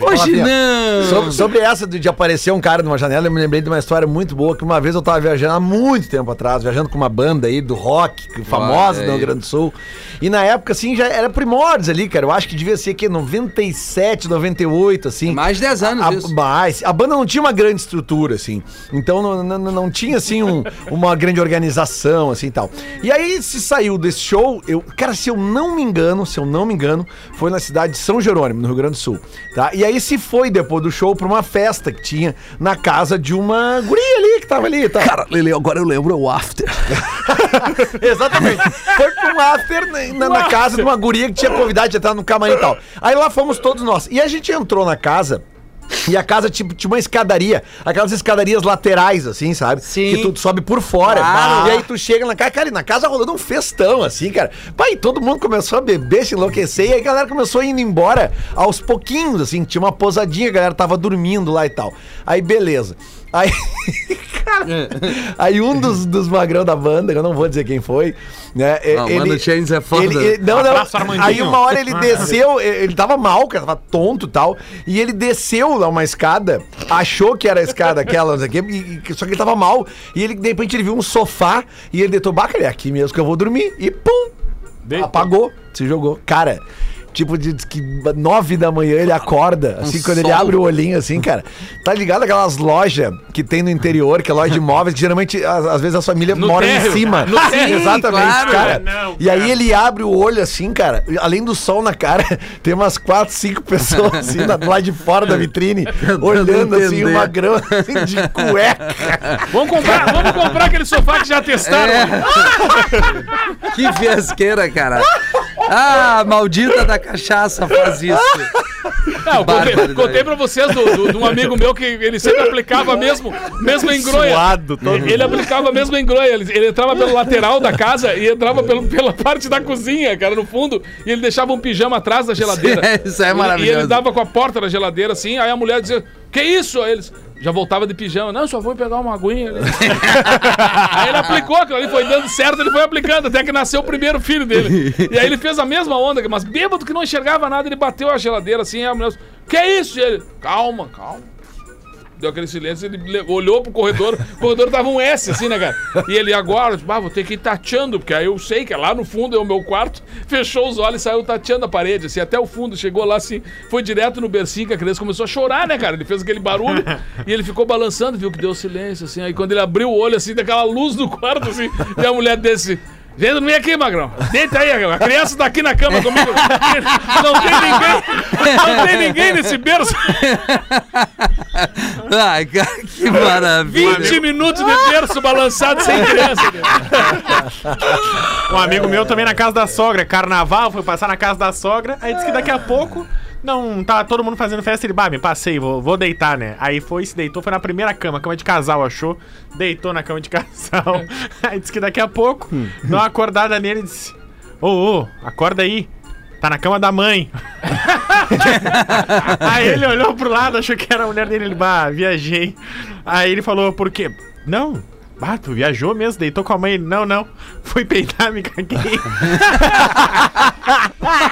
D: Hoje
E: Fala, Pedro.
D: não.
E: Sobre, sobre essa de, de aparecer um cara numa janela, eu me lembrei de uma história muito boa que uma vez eu tava viajando há muito tempo atrás, viajando com uma banda aí do rock, que- famosa
D: Olha
E: do Rio
D: aí.
E: Grande do Sul. E na época, assim, já era primórdios ali, cara. Eu acho que devia ser que 97, 98, assim.
D: É Mais de 10 anos
E: A,
D: isso.
E: mas a banda não tinha uma grande estrutura, assim. Então não, não, não- não tinha, assim, um- uma grande organização, assim e tal. E aí se saiu desse show, eu, cara, se eu não me engano, se eu não me engano, foi na cidade de São Jerônimo, no Rio Grande do Sul. Tá? E aí se foi depois do show pra uma festa que tinha na casa de uma guria ali que tava ali. Tá?
C: Cara, Lele, agora eu lembro é o after.
E: (laughs) Exatamente. Foi pra um after na- na,
D: Um
E: na casa de uma guria que tinha convidado de entrar no camarim e tal. Aí lá fomos todos nós. E a gente entrou na casa. E a casa tipo, tinha uma escadaria, aquelas escadarias laterais, assim, sabe?
D: Sim.
E: Que tu sobe por fora.
D: Claro.
E: E aí tu chega na casa, cara, e na casa rolando um festão, assim, cara. Pai, todo mundo começou a beber, se enlouquecer, e aí a galera começou indo embora aos pouquinhos, assim, tinha uma pousadinha, a galera tava dormindo lá e tal. Aí, beleza. Aí, (laughs) cara, (laughs) aí um dos, dos magrão da banda, eu não vou dizer quem foi, né? é,
D: Não, Mano Chains é foda.
E: ele- ele- não, não.
F: Abraço, Armandinho. Ah.
E: Aí uma hora ele desceu, e- ele tava mal, cara, tava tonto e tal. E ele desceu lá uma escada, achou que era a escada aquela, não sei o quê, e- e- só que ele tava mal. E ele, de repente, ele viu um sofá e ele deitou, bah, cara, é aqui mesmo que eu vou dormir. E pum!
F: Deitou.
E: Apagou, se jogou. Cara. Tipo, de, diz que nove da manhã ele acorda, assim, quando ele
D: sol.
E: abre o olhinho, assim, cara. Tá ligado aquelas lojas que tem no interior, que é loja de imóveis, que geralmente, às, às vezes, a família
G: No
E: mora
G: térreo.
E: em cima.
G: No térreo,
E: Exatamente,
D: claro.
E: cara.
F: Não,
E: e aí
F: cara.
E: ele abre o olho assim, cara. Além do sol na cara, (laughs) tem umas quatro, cinco pessoas assim na- lá de fora da vitrine, olhando assim,
D: entender.
E: uma grama assim, de cueca.
G: Vamos comprar, vamos comprar aquele sofá que já
D: É,
G: testaram.
C: É.
D: (laughs) Que fiasqueira, cara. Ah, maldita da cachaça faz isso.
G: Ah, eu contei,
D: barbaridade.
G: contei pra vocês do- do- de um amigo meu que ele sempre aplicava mesmo, mesmo em groia.
H: Suado todo.
G: Ele
D: Uhum.
G: aplicava mesmo em groia. Ele, ele entrava pelo lateral da casa e entrava pelo- pela parte da cozinha, cara, no fundo. E ele deixava um pijama atrás da geladeira.
D: (laughs) Isso é
G: E-
D: maravilhoso.
G: E ele dava com a porta da geladeira assim, aí a mulher dizia: Que isso? Aí eles. Já voltava de pijama. Não, só vou pegar uma
D: (laughs)
G: aguinha. ali." aí ele aplicou aquilo ali, foi dando certo, ele foi aplicando, até que nasceu o primeiro filho dele. E aí ele fez a mesma onda, mas bêbado que não enxergava nada, ele bateu a geladeira assim, aí a mulher disse, Que isso? E ele, calma, calma. Deu aquele silêncio, ele le- olhou pro corredor, o corredor tava um S, assim, né, cara? E ele agora, tipo, ah, vou ter que ir tateando, porque aí eu sei que é lá no fundo é o meu quarto, (laughs) fechou os olhos e saiu tateando a parede, assim, até o fundo, chegou lá, assim, foi direto no bercinho que a criança começou a chorar, né, cara? Ele fez aquele barulho e ele ficou balançando, viu que deu silêncio, assim, aí quando ele abriu o olho, assim, daquela luz do quarto, assim, e a mulher desse... Vem dormir aqui, Magrão. Deita aí, a criança tá aqui na cama comigo. (laughs) Não tem ninguém, não tem ninguém nesse berço.
D: Ai, cara, que maravilha.
G: 20 minutos de berço balançado sem criança.
F: Um amigo meu também na casa da sogra, carnaval, foi passar na casa da sogra, aí disse que daqui a pouco. Não, tá todo mundo fazendo festa, ele, bah, me passei, vou, vou deitar, né? Aí foi, se deitou, foi na primeira cama, cama de casal, achou, deitou na cama de casal. (laughs) Aí disse que daqui a pouco, deu uma acordada nele e disse, ô, ô, acorda aí, tá na cama da mãe. Aí ele olhou pro lado, achou que era a mulher dele, ele, bah, viajei. Aí ele falou, por quê? Não, bah, tu viajou mesmo, deitou com a mãe, ele, não, não, fui peitar, me caguei.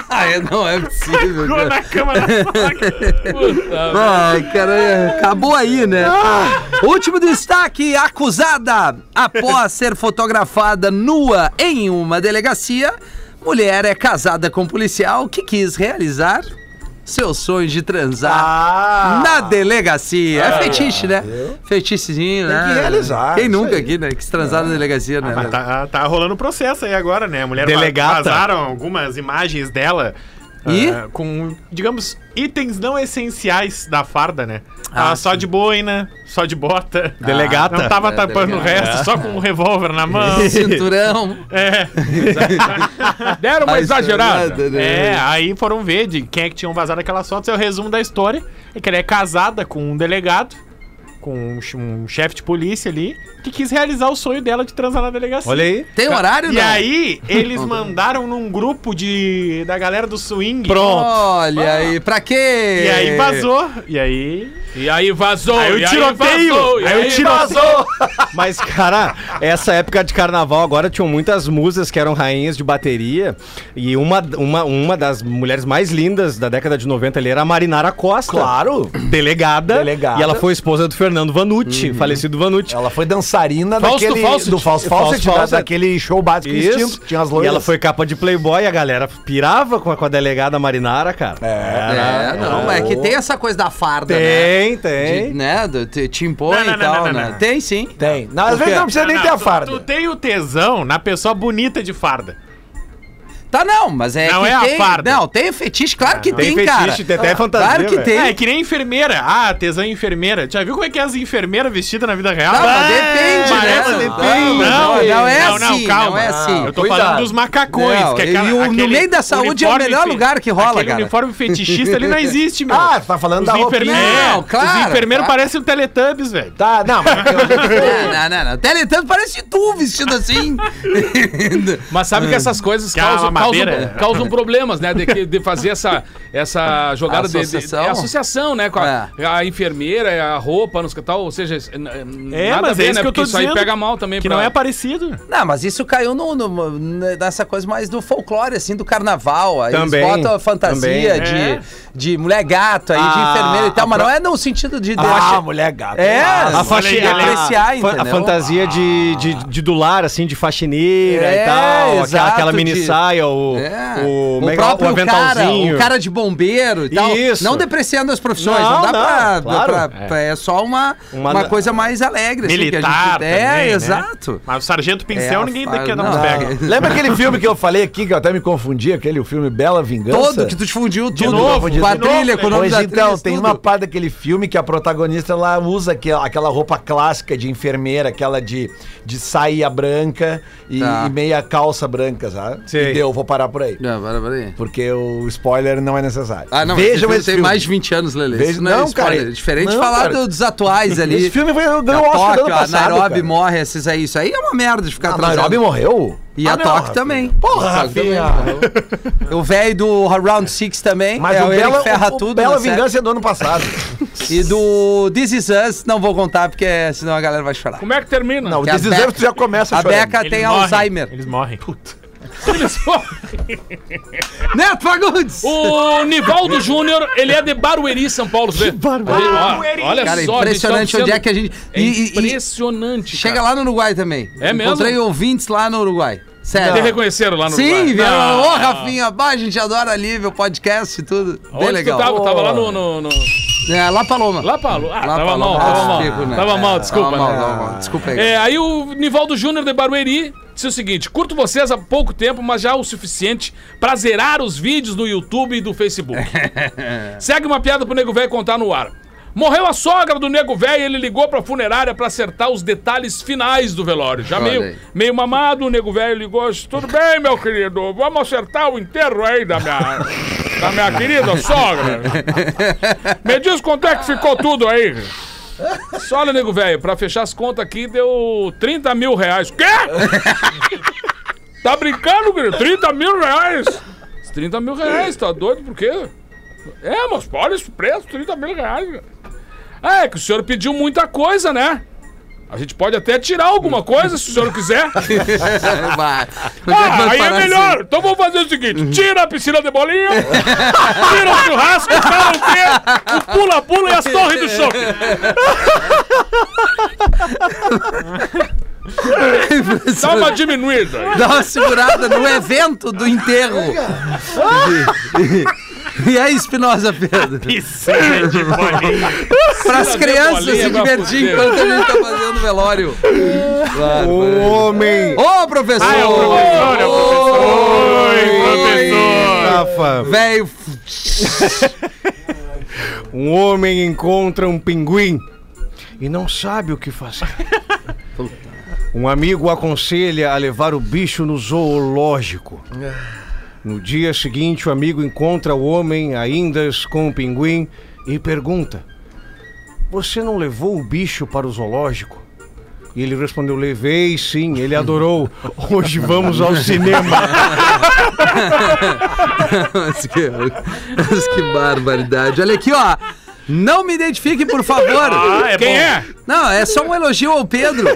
D: Ai, não é possível,
F: Ficou
D: cara.
F: na cama da (laughs) sogra.
G: Puta,
D: Ai, cara, é- acabou aí, né? Último destaque: acusada após ser fotografada nua em uma delegacia, mulher é casada com policial que quis realizar seu sonho de transar.
E: Ah!
D: Na delegacia. É fetiche, né? Fetichezinho, né?
E: que realizar,
D: Quem
E: isso
D: nunca
E: aí.
D: aqui, né? Quis transar na delegacia, né?
F: Ah, Mas tá, tá rolando processo aí um agora, né? A mulher
H: Delegata.
F: vazaram algumas imagens dela
D: E?
F: Ah, com, digamos, itens não essenciais da farda, né? Tava só de boina, só de bota.
H: Ah, Delegata.
F: Não tava
D: É,
F: tapando o
D: delegata.
F: resto, só com um revólver na
H: (laughs)
F: mão.
D: Cinturão.
F: é. (laughs)
G: Deram uma
D: Ai,
G: exagerada.
D: né?
F: É, aí foram ver de quem é que tinham vazado aquelas fotos. É o resumo da história. É que ela é casada com um delegado, com um, che- um chefe de polícia ali, que quis realizar o sonho dela de transar na delegacia.
H: Olha aí.
D: Tem horário,
F: E
D: não?
F: aí, eles mandaram num grupo de da galera do swing.
D: Olha aí, pra quê?
F: E aí vazou. E aí.
G: E aí vazou.
F: Aí o
G: e
F: tiroteio,
G: vazou, e
F: aí o tiroteio.
G: vazou.
H: (laughs) Mas, cara, essa época de carnaval agora tinham muitas musas que eram rainhas de bateria. E uma, uma, uma das mulheres mais lindas da década de 90 ali era a Marinara Costa.
E: Claro.
H: Delegada.
E: Delegada. Uhum.
H: E ela foi esposa do Fernando Vanucci, falecido Vanucci.
E: Ela foi dançarina
G: Fausto
E: daquele...
G: Fawcett.
E: Do Fausto
H: Fausto
E: Fawcett, da-
H: Fawcett.
E: daquele show básico instinto. Tinha as
H: E
E: loiras.
H: ela foi capa de Playboy e a galera pirava com a, com a delegada Marinara, cara.
D: É,
E: né?
D: não, mas é que tem essa coisa da farda, né?
H: Tem,
D: De,
H: tem.
D: né? Do, te, te impõe
F: Não, não,
D: e
F: não,
D: tal,
F: não, não,
D: né?
F: não.
D: Tem sim.
E: Tem. Não, às
D: Por
E: vezes
D: quê?
E: não precisa nem ter
F: tu-
E: a farda.
F: Tu, tem o tesão na pessoa bonita de farda.
D: Tá não, mas é
F: Não
D: que
F: é a
D: tem,
F: farda. Ah,
D: Não, tem fetiche, claro que tem,
H: Tem
D: cara.
H: fetiche, tem até fantasia,
D: Claro que
H: velho.
D: tem.
F: É, que nem enfermeira. Ah, tesão em enfermeira. Já viu como é que é as enfermeiras vestidas na vida real?
D: Tá,
F: Ah,
D: mas depende,
F: mas
D: né?
F: essa-
D: Não, não,
F: Não,
D: não é
F: não, não,
D: assim,
F: calma.
D: não é assim.
F: Eu tô
E: Cuidado.
F: falando dos macacões.
D: Não,
F: que é
D: e o- no meio da saúde é o
F: uniforme
D: melhor
F: fe-
D: lugar que rola,
F: aquele
D: cara.
F: uniforme fetichista
D: (laughs)
F: ele não existe, meu.
E: Ah, você tá falando
F: Os
E: da
F: enfermeiros,
E: roupinha.
D: Não, claro,
F: Os enfermeiros
D: claro.
F: parecem o Teletubbies, velho.
E: Tá, não,
D: (laughs)
E: mas...
D: (laughs) Não, não, não, não. Teletubbies parece tu vestido assim.
G: Mas sabe que essas coisas
F: Que é uma
G: causam,
F: madeira.
G: causam- causam problemas, né? De, que- de fazer essa, essa jogada de- De,
D: Associação? É.
G: é associação, né? Com a, a enfermeira, a roupa, nos tal. Ou seja, é,
F: É,
G: nada
F: mas
G: a
F: é
G: ver,
F: isso que
G: né?
F: eu
G: Porque
F: tô
G: isso aí
F: dizendo.
G: pega mal também.
F: Que
G: pra-
F: não é parecido.
D: (laughs) Não, mas isso caiu no, no- nessa coisa mais do folclore, assim, do carnaval. Aí
H: Também,
D: eles botam a fantasia
H: também.
D: de,
F: É.
D: de mulher gato, aí
H: Ah,
D: de enfermeira e tal,
H: a
D: mas
H: pro-
D: não é no sentido de...
E: Ah, mulher gata.
D: É,
H: A,
D: Olha
H: faxi...
F: aí,
H: a,
D: apreciar,
H: fa- a
D: entendeu? Ah.
H: fantasia de, de, de dular, assim, de faxineira
D: É,
H: e tal. aquela-
D: exato,
H: aquela mini
D: de-
H: saia, o,
D: É.
H: o,
D: O,
H: como é que é?
D: próprio cara,
H: aventalzinho.
D: o cara de bombeiro e tal.
H: Isso.
D: Não depreciando as profissões, não,
H: Não,
D: dá
H: não,
D: pra,
H: claro.
D: pra- pra- É só uma, uma,
H: Uma-
D: coisa mais alegre. assim, que a gente-
F: Militar.
D: é,
F: também, né?
D: exato.
F: Mas o Sargento Pincel
D: É,
F: ninguém
D: faz-
F: daqui não
D: não.
F: pega.
E: Lembra aquele filme que eu falei aqui, que eu até me confundi, aquele filme Bela Vingança?
D: Todo que tu te fundiu tudo.
F: novo, de
D: com a
F: novo,
D: trilha,
F: né?
D: com o nome
E: Pois
D: da
E: então,
D: atriz,
E: tem
D: tudo.
E: uma parte daquele filme que a protagonista ela usa aquela, aquela roupa clássica de enfermeira, aquela de, de saia branca e,
D: Tá.
E: e meia calça branca, sabe?
H: Sei.
E: E deu, vou parar por aí.
D: Não, pera, pera aí.
E: Porque o spoiler não é necessário.
D: Ah, não,
E: Vejam
D: esse filme
E: esse
D: tem
E: filme.
D: mais de 20 anos, Lelê.
E: Veja-
D: Isso não, é
E: não,
D: spoiler. É
E: cara,
D: diferente de
E: não,
D: falar
E: cara.
D: do- dos atuais ali.
E: Esse filme foi, ganhou o
D: da
E: Oscar é do
D: Tóquio,
E: ano
D: a
E: passado,
D: Nairobi
E: cara.
D: morre, esses aí. Isso aí é uma merda de ficar
E: A
D: atrasado.
E: Nairobi morreu?
D: E
E: Ah,
D: a
E: não,
D: Tóquio tá-
E: Rafinha.
D: também.
E: Porra,
D: A Tóquio
E: Rafinha.
D: também. O velho do Round Six também.
E: Mas
D: é
E: o
D: ele
E: Bela,
D: que ferra
E: o- o
D: tudo.
E: Bela
D: né, certo?
E: Vingança é do
D: (laughs)
E: ano passado.
D: E do This Is Us, não vou contar, porque senão a galera vai chorar.
G: Como é que termina?
E: Não, o
D: Que a
E: Desexame
D: Beca-
E: já começa
D: A
E: chorando.
D: Beca
F: Eles
D: tem
F: morrem,
D: Alzheimer.
F: Eles morrem. Puta.
D: Neto Fagundes!
G: O Nivaldo Júnior, ele é de Barueri, São Paulo. Que
F: Barueri.
G: Olha
D: Cara,
G: só,
D: impressionante onde é que a
G: gente...
D: gente...
G: tá
D: E, e-
G: sendo- É
D: e
G: impressionante,
D: chega lá no Uruguai também.
G: É mesmo?
D: Encontrei ouvintes lá no Uruguai.
G: Te
D: Sério.
G: reconheceram lá no
D: É.
G: Ah,
D: Sim,
G: viu?
D: viu? Ô, Rafinha, bah, a gente adora ali, meu podcast e tudo. Bem
G: Onde
D: legal.
G: tu tava? Tava lá no... no, no...
D: É, lá Paloma.
G: Lá, Paulo? Ah,
D: Lá
G: tava
D: Paloma,
G: mal, tava
D: Alto
G: mal.
D: Fico, né?
G: Tava mal,
D: É,
G: desculpa.
D: tava
G: né?
D: mal, tava mal. Desculpa aí.
G: É, aí o Nivaldo Júnior de Barueri disse o seguinte: curto vocês há pouco tempo, mas já é o suficiente pra zerar os vídeos do YouTube e do Facebook. Segue uma piada pro nego velho contar no ar. Morreu a sogra do nego velho, ele ligou pra funerária pra acertar os detalhes finais do velório. Já
D: Olha
G: meio,
D: aí.
G: meio mamado, o nego velho ligou: disse, tudo bem, meu querido, vamos acertar o enterro aí da minha, da minha querida sogra. Me diz quanto é que ficou tudo aí. Só olha, nego velho, pra fechar as contas aqui deu 30 mil reais. Quê? tá brincando, querido? 30 mil reais? 30 mil reais, tá doido? Por quê? É, mas olha esse preço, 30 mil reais. cara. Ah, é que o senhor pediu muita coisa, né? A gente pode até tirar alguma coisa se o senhor quiser.
D: (laughs) Vai. assim. Uhum.
G: Ah, aí é melhor. Então vamos fazer o seguinte: tira a piscina de bolinha, tira o churrasco, o karaokê, o pula-pula e as torres do shopping. Dá uma diminuída.
D: assim? Dá uma segurada no evento do enterro. E aí, Espinosa Pedro?
F: Piscina de bolinha.
D: Para as crianças
G: bolinha,
D: se
G: vai
D: divertir
G: fuder.
D: enquanto a gente tá fazendo velório.
H: O homem...
D: Ô, professor!
F: Ah, é o professor, é o professor. Oi, professor.
H: Rafa.
D: Velho.
H: Um homem encontra um pinguim e não sabe o que (laughs) fazer. Um amigo aconselha a levar o bicho no zoológico. No dia seguinte, o amigo encontra o homem, ainda com o pinguim, e pergunta: Você não levou o bicho para o zoológico? E ele respondeu: Levei sim, ele adorou. Hoje vamos ao cinema.
D: Mas que, mas que barbaridade. Olha aqui, ó. Não me identifique, por favor.
G: Quem é?
D: Não, é só um elogio ao Pedro.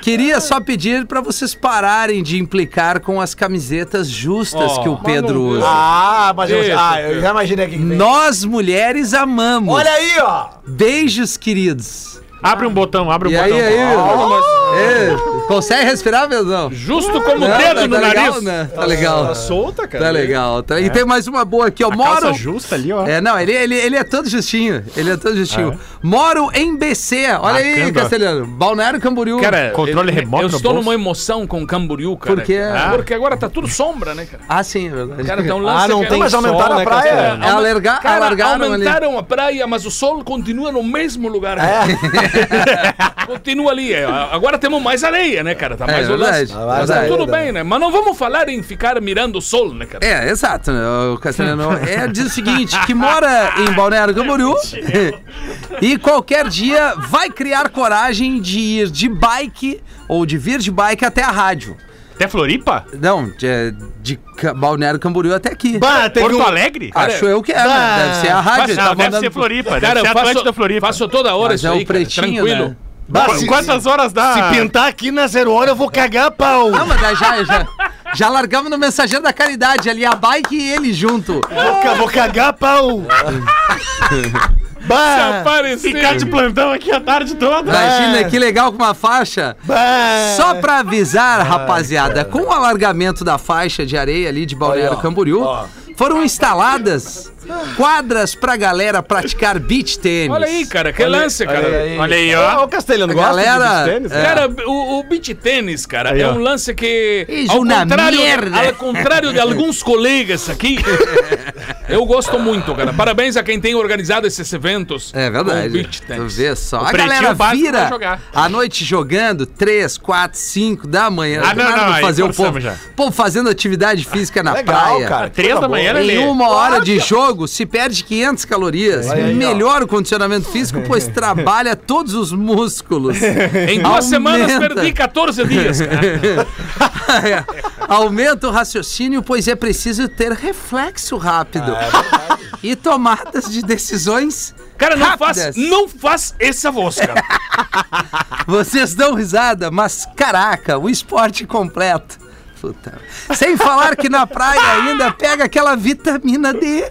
D: Queria só pedir pra vocês pararem de implicar com as camisetas justas que o Pedro usa.
E: Ah, mas eu,
G: Isso,
E: ah, eu já imaginei aqui que vem.
D: Nós mulheres amamos.
E: Olha aí, ó.
D: Beijos, queridos.
F: Abre um botão, abre um
D: E aí,
F: botão.
D: aí?
F: Ah, mas-
D: É, consegue respirar, Pedrão?
G: Justo como o
D: Não,
G: dedo no
D: legal,
G: nariz.
D: né? Tá legal.
H: Tá solta, cara.
D: Tá legal. Tá- E tem mais uma boa aqui, ó. Moro.
F: Calça justa ali, ó.
D: É, não, ele, ele, ele é todo justinho. Ele é todo justinho. Moro em BC. Olha aí,
F: Marcando, ó.
D: Castelhano. Balneário Camboriú.
F: Cara, controle
G: eu-
F: remoto
G: Eu
F: no
G: estou
F: bolso.
G: numa emoção com o Camboriú, cara.
D: Por quê?
G: Ah. Porque agora tá tudo sombra, né, cara?
D: Ah, sim, é verdade.
G: Cara, tá um lance
H: Ah, não
G: que-
H: tem
E: Mas
H: sol,
E: aumentaram
H: né,
E: a praia.
H: Cassiano?
D: É, alargar-
G: Cara,
D: alargaram ali.
G: aumentaram a praia, mas o sol continua no mesmo lugar. (laughs) continua ali. é. Agora temos mais areia, né, cara? Tá
D: É
G: mais o
D: verdade.
G: lance.
D: É
G: Mas tá
D: verdade.
G: tudo bem, né? Mas não vamos falar em ficar mirando o sol, né, cara?
D: É, exato. né? O Castelhano é, diz o seguinte, que mora em
F: (laughs)
D: Balneário Camboriú e qualquer dia vai criar coragem de ir de bike ou de vir de bike até a rádio.
F: Até Floripa?
D: Não, de, de Ca- Balneário Camboriú até aqui.
H: Bah, teve
F: Porto
H: um-
F: Alegre?
D: Acho eu que é, né? Deve ser a rádio.
F: Mas
D: ele
F: não,
D: tá
F: deve
D: mandando-
F: ser Floripa, É, deve
G: Cara,
F: ser
G: eu
F: Atlântica
G: faço,
F: Floripa.
G: faço toda hora
D: Mas
G: isso
D: é o
G: aí, cara,
D: pretinho,
G: tranquilo.
D: né?
H: Bah,
F: Qu-
H: se-
F: Quantas horas dá?
H: Se pintar aqui na zero hora, eu vou cagar a pau.
D: Não, mas daí já, já, já largamos no Mensageiro da Caridade ali, a bike e ele junto.
H: Vou, ca- vou cagar a pau.
G: Tá
H: bah,
G: Apareceu.
F: Ah, Ficar de plantão aqui a tarde toda.
E: É.
D: Imagina que legal com uma faixa.
H: bah.
D: Só pra avisar, rapaziada, com o alargamento da faixa de areia ali de Balneário Camboriú, foram instaladas quadras pra galera praticar beach tênis.
G: Olha aí, cara, que lance, cara.
F: Olha aí,
H: Ó,
F: ó.
H: o Castelhano
D: A
H: gosta
D: galera-
H: de tênis,
E: né?
D: é.
G: Cara, o, o beat tênis, cara, é um lance que.
D: Isso na merda.
G: ao contrário de alguns colegas aqui, eu gosto muito, cara. Parabéns a quem tem organizado esses eventos.
D: É
G: com
D: verdade.
G: beach
D: Tu
G: tênis.
D: vê só. a
F: pretinho
D: galera
F: básico pra
D: vira
F: jogar.
D: a noite jogando 3, 4, 5 da manhã.
F: Ah, não,
D: Nada
F: não,
D: pra
F: aí
D: fazer o
F: forçamos
D: povo,
F: já.
D: povo fazendo atividade física na
E: Legal,
D: praia.
E: cara.
F: Três da manhã,
D: Em
F: Lelê.
D: uma hora de jogo, se perde 500 calorias, melhora o condicionamento
G: (laughs)
D: físico, pois trabalha todos os músculos.
G: Em duas
D: Aumenta.
G: semanas perdi
D: (laughs)
G: 14 dias, cara.
D: Aumenta o raciocínio, pois é preciso ter reflexo rápido
G: Ah, é
D: e tomadas de decisões.
G: Cara, não
D: Rápidas.
G: faz, não faz essa
D: (laughs)
G: voz, cara.
D: Vocês dão risada, mas caraca, o esporte completo. Puta. Sem falar que na praia ainda pega aquela vitamina D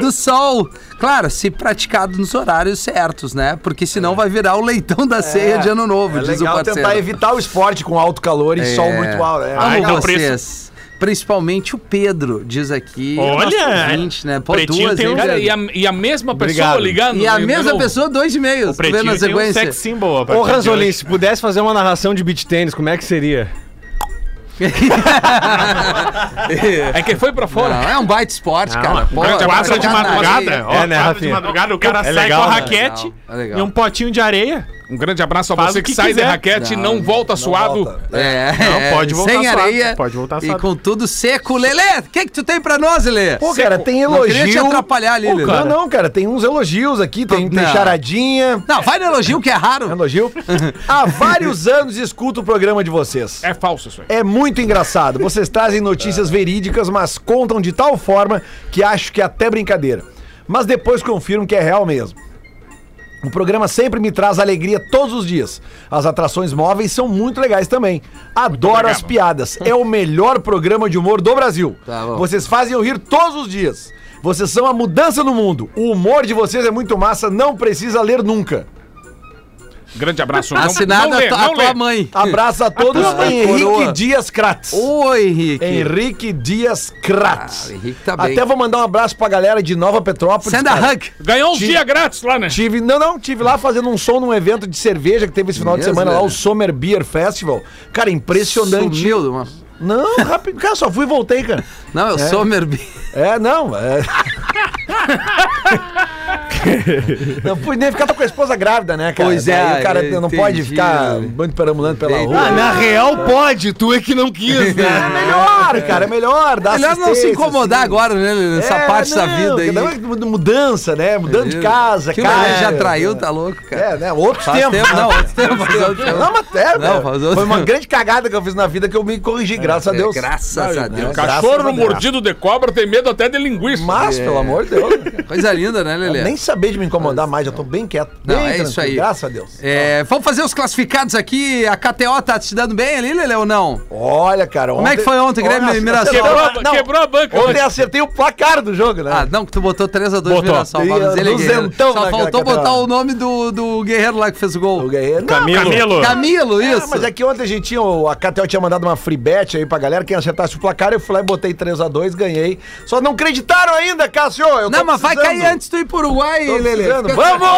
D: do sol. Claro, se praticado nos horários certos, né? Porque senão vai virar o leitão da ceia de ano novo,
E: É
D: diz o
E: legal
D: parceiro.
E: tentar evitar o esporte com alto calor e sol muito alto. É.
D: Amo
F: Ah, então
D: vocês. Principalmente o Pedro, diz aqui.
F: Olha! é,
D: Nosso ouvinte, né? Pô,
F: Pretinho
D: duas,
F: tem
D: hein,
F: um-
G: Cara,
D: Pedro?
G: e a, e a mesma pessoa
H: Obrigado.
G: ligando.
D: E a
G: de
D: mesma
G: novo.
D: pessoa, dois e-mails. Tá vendo a
F: Pretinho tem um
D: sequência?
F: sex
D: (laughs)
F: symbol. a partir
H: (laughs) Ô,
F: de
H: Ranzolin,
F: hoje.
H: se pudesse fazer uma narração de beat tênis, como é que seria?
G: É que foi pra fora.
D: Não, é um baita esporte, cara. Pô,
F: Quadra de
D: sacanagem.
F: madrugada. Ó,
H: É, né,
F: quadra de
H: Rafinha?
F: madrugada, o cara sai
H: É legal,
F: com a
H: né?
F: raquete
D: É legal, é legal.
F: e um potinho de areia.
G: Um grande abraço a
F: Faz
G: você
F: o
G: que,
F: que
G: sai da
F: quiser.
G: raquete e não,
D: Não,
G: volta suado.
D: É,
F: Não, pode voltar
D: Sem
F: suado.
E: né?
D: areia.
F: Pode voltar
D: E
F: suado.
D: com tudo seco. Lelê, o que, que tu tem pra nós, Lelê?
E: Pô, cara, tem
D: Não queria te
E: elogio.
D: atrapalhar ali, Lelê.
E: Não, não, cara, tem uns elogios aqui, tem, tem
D: Não.
E: charadinha.
D: Não, vai no elogio que é raro. (laughs)
E: Elogio. Há vários anos escuto o programa de vocês.
G: É falso isso aí.
E: É muito engraçado. Vocês trazem notícias verídicas, mas contam de tal forma que acho que é até brincadeira. Mas depois confirmo que é real mesmo. O programa sempre me traz alegria todos os dias. As atrações móveis são muito legais também. Adoro as piadas. É o melhor programa de humor do Brasil.
D: Tá bom.
E: vocês fazem eu rir todos os dias. Vocês são a mudança no mundo. O humor de vocês é muito massa, não precisa ler nunca.
D: (laughs)
G: Grande abraço. Não-
D: Assinado
G: não lê,
D: a, tua-
G: não
D: a tua
G: lê.
D: mãe.
E: Abraço a todos,
D: Ah,
E: Henrique
D: coroa.
E: Dias Kratz.
D: Oi, Henrique.
E: Henrique Dias
D: Ah,
E: Kratz.
D: o Henrique tá
E: Até
D: bem.
E: vou mandar um abraço pra galera de Nova Petrópolis.
D: Senda
E: cara.
D: hug.
G: Ganhou uns
E: Ti-
G: dias grátis lá, né?
E: Tive, não, não, tive lá fazendo um som num evento de cerveja que teve esse final de
D: Mesmo,
E: semana lá,
D: né?
E: o Summer Beer Festival. Cara, impressionante.
D: Sumiu, mano.
E: Não, rápido. Cara, só fui e voltei, cara.
D: Não, eu sou Merbi.
E: É, não.
D: (laughs)
E: É... não fui nem ficar com a esposa grávida, né, cara?
D: Pois é,
E: Daí o cara
D: eu
E: não pode
D: entendi.
E: ficar muito perambulando pela
D: Entendi.
E: rua.
D: Ah,
H: na real pode, tu é que não
D: (laughs)
H: quis,
E: É melhor, cara, é melhor. Dá
D: Melhor não se
E: assistência,
D: incomodar
E: assim.
D: agora, né? Nessa
E: É,
D: parte da
E: não,
D: vida aí.
E: cada um é mud- Mudança, né? Mudando de casa,
D: que o
E: cara.
D: Lelê já traiu, tá louco, cara.
E: É, né? Outros
D: Faz
E: tempos.
D: tempo,
E: né?
D: não, outro tempo, faz outro tempo.
E: Não, mas é,
D: Não,
E: né?
D: faz outro
E: Foi uma
D: tempo.
E: grande cagada que eu fiz na vida que eu me corrigi, graças a
D: É,
E: Deus.
D: graças a
G: O
D: Deus.
G: cachorro
E: Deus.
G: mordido de cobra tem medo até de linguiça.
D: É.
E: Mas, pelo amor de Deus.
D: Coisa linda, né, Lelê?
E: Nem saber de me incomodar mais, já tô bem quieto.
D: Não,
E: bem
D: é isso
E: tranquilo,
D: aí.
E: Graças a Deus.
D: É, vamos fazer os classificados aqui. A KTO tá te dando bem ali, Lelê, ou não?
E: Olha, cara.
D: Como é que foi ontem, Grêmio e Mirassol?
G: Quebrou, a- quebrou a banca. né?
E: Ontem
G: hoje.
E: acertei o placar do jogo, né?
D: Ah, não, que tu botou 3x2 no
F: Botou.
D: Mirassol.
E: E,
D: Mas ele é
E: no
D: guerreiro.
E: zentão
D: Só
E: na
D: faltou
E: KTO.
D: botar o nome do, do guerreiro lá que fez o gol.
E: o Guerreiro. Não,
F: Camilo.
D: Camilo,
E: Ah,
D: isso.
E: mas é que ontem a gente tinha. o- A KTO tinha mandado uma free bet aí pra galera. Quem acertasse o placar, eu fui lá e botei 3x2, ganhei. Só não acreditaram ainda, Cássio. Eu
D: Não,
E: tô
D: mas vai
E: precisando.
D: cair antes tu ir pro Uruguai,
E: Tô
D: Lelê.
E: precisando.
D: Fica-
E: Vamos!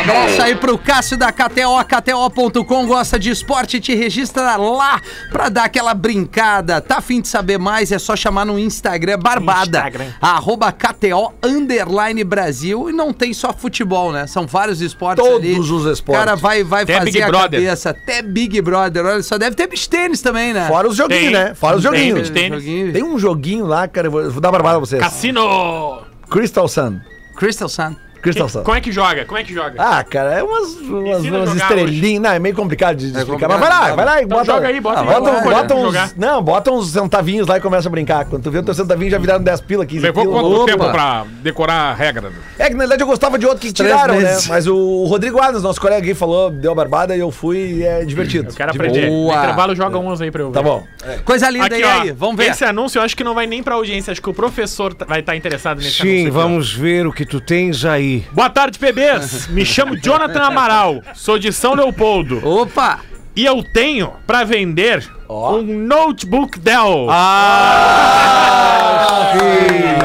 D: Abraço
E: É.
D: aí pro Cássio da KTO, KTO.com, gosta de esporte, te registra lá pra dar aquela brincada. Tá afim de saber mais? É só chamar no Instagram, Barbada,
F: Instagram.
D: arroba KTO, underline Brasil. E não tem só futebol, né? São vários esportes
E: Todos
D: ali.
E: os
D: O
E: esportes.
D: cara vai, vai
F: Até
D: fazer
F: Big
D: a
F: Brother.
D: cabeça. Até Big Brother, olha só, deve ter beach tênis também, né?
E: Fora os joguinhos,
F: Tem.
E: né? Fora os
F: Tem,
E: joguinhos.
F: beach tênis.
D: Joguinho.
E: Tem um joguinho lá, cara, eu vou, vou dar uma barbada pra vocês.
F: Cassino.
E: Crystal Sun.
D: Crystal Sun.
E: Crystal Sun.
F: Como é que joga? Como é que joga?
E: Ah, cara, é umas, umas,
F: Ensina a
E: umas
F: jogar
E: estrelinhas. Não, é meio complicado de explicar.
D: complicado,
E: Mas vai lá,
D: sabe?
E: vai lá e
F: Então
E: bota.
F: joga aí, bota
E: Ah,
F: aí,
E: bota,
F: alguma coisa
E: bota
F: pra
E: uns.
F: jogar.
E: Não, bota uns centavinhos lá e começa a brincar. Quando tu vê o teu centavinho, já viraram 10 pila, 15
G: Levou
E: pila.
G: quanto
E: Opa.
G: tempo pra decorar a regra?
E: É que na verdade eu gostava de outro que
D: Três
E: tiraram, né?
D: meses.
E: Mas o Rodrigo Adams, nosso colega aqui, falou, deu a barbada e eu fui e é divertido.
F: Eu quero
E: De
F: aprender.
E: boa.
F: No
D: boa.
F: intervalo joga uns aí pra eu ver.
E: Tá bom.
D: Coisa linda
F: Aqui,
D: e
F: ó,
D: aí, vamos ver.
F: Esse anúncio eu acho que não vai nem pra audiência. Acho que o professor tá- vai estar interessado nesse anúncio.
H: Sim,
F: aqui, ó.
H: vamos ver o que tu tens aí.
F: Boa tarde, bebês. Me chamo Jonathan Amaral. Sou de São Leopoldo.
D: Opa!
F: E eu tenho pra vender um notebook Dell.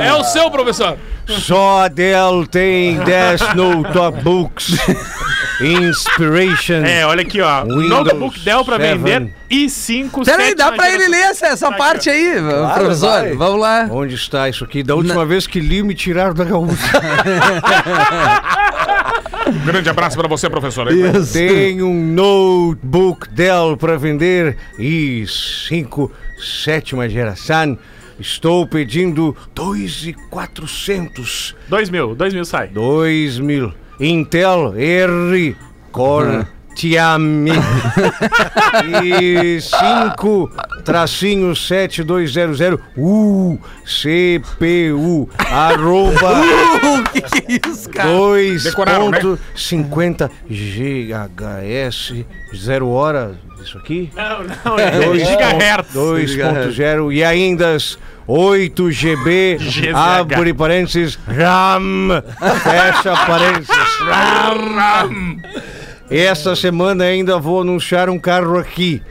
G: É o seu, professor.
H: Só Dell tem 10
G: (laughs)
H: notebooks. Inspiration.
F: É, olha aqui, ó.
H: Windows
F: notebook Dell pra
H: 7.
F: vender e 5
D: Peraí, dá pra ele ler essa, essa
F: Tá Aqui,
D: parte aí, professor.
E: vai.
D: Vamos lá.
H: Onde está isso aqui? Da última vez que li, me tiraram da gaúcha.
G: (laughs) Um grande abraço pra você, professor.
H: Tem um notebook Dell para vender e 5, sétima geração. Estou pedindo 2,400.
F: 2 mil, 2 mil sai.
H: 2 mil. Intel
D: Ah.
H: R Core
D: (laughs)
H: Tiami. e 5 tracinho 7200 U CPU
D: (laughs)
H: arroba
D: O que, que é isso, cara? né?
H: 2.50 GHS 0 hora isso aqui?
F: Não, não, é gigahertz.
H: 2.0 e ainda as 8 GB
F: GZH.
H: abre parênteses RAM fecha parênteses RAM essa semana ainda vou anunciar um carro aqui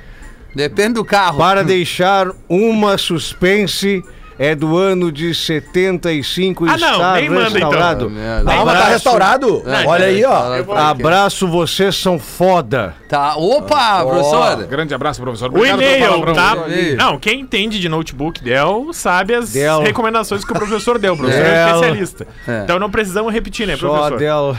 D: Depende do carro.
H: para deixar uma suspense é do ano de 75 e
F: Ah, não,
H: está
F: nem manda, então.
H: restaurado
D: Merda.
E: Ah, mas tá
H: Abraço.
E: restaurado?
F: Não,
E: Olha aí, ó.
F: é.
E: Tá
H: abraço vocês são foda
D: Tá. Opa, professor.
G: Grande abraço, professor.
F: O e-mail,
G: pela
F: tá?
G: palavra.
D: ali.
F: Não, quem entende de notebook Dell sabe as
H: Dell.
F: recomendações que o professor deu. O professor é
H: Dell.
F: especialista.
D: É.
F: Então não precisamos repetir, né,
H: só
F: professor?
H: dela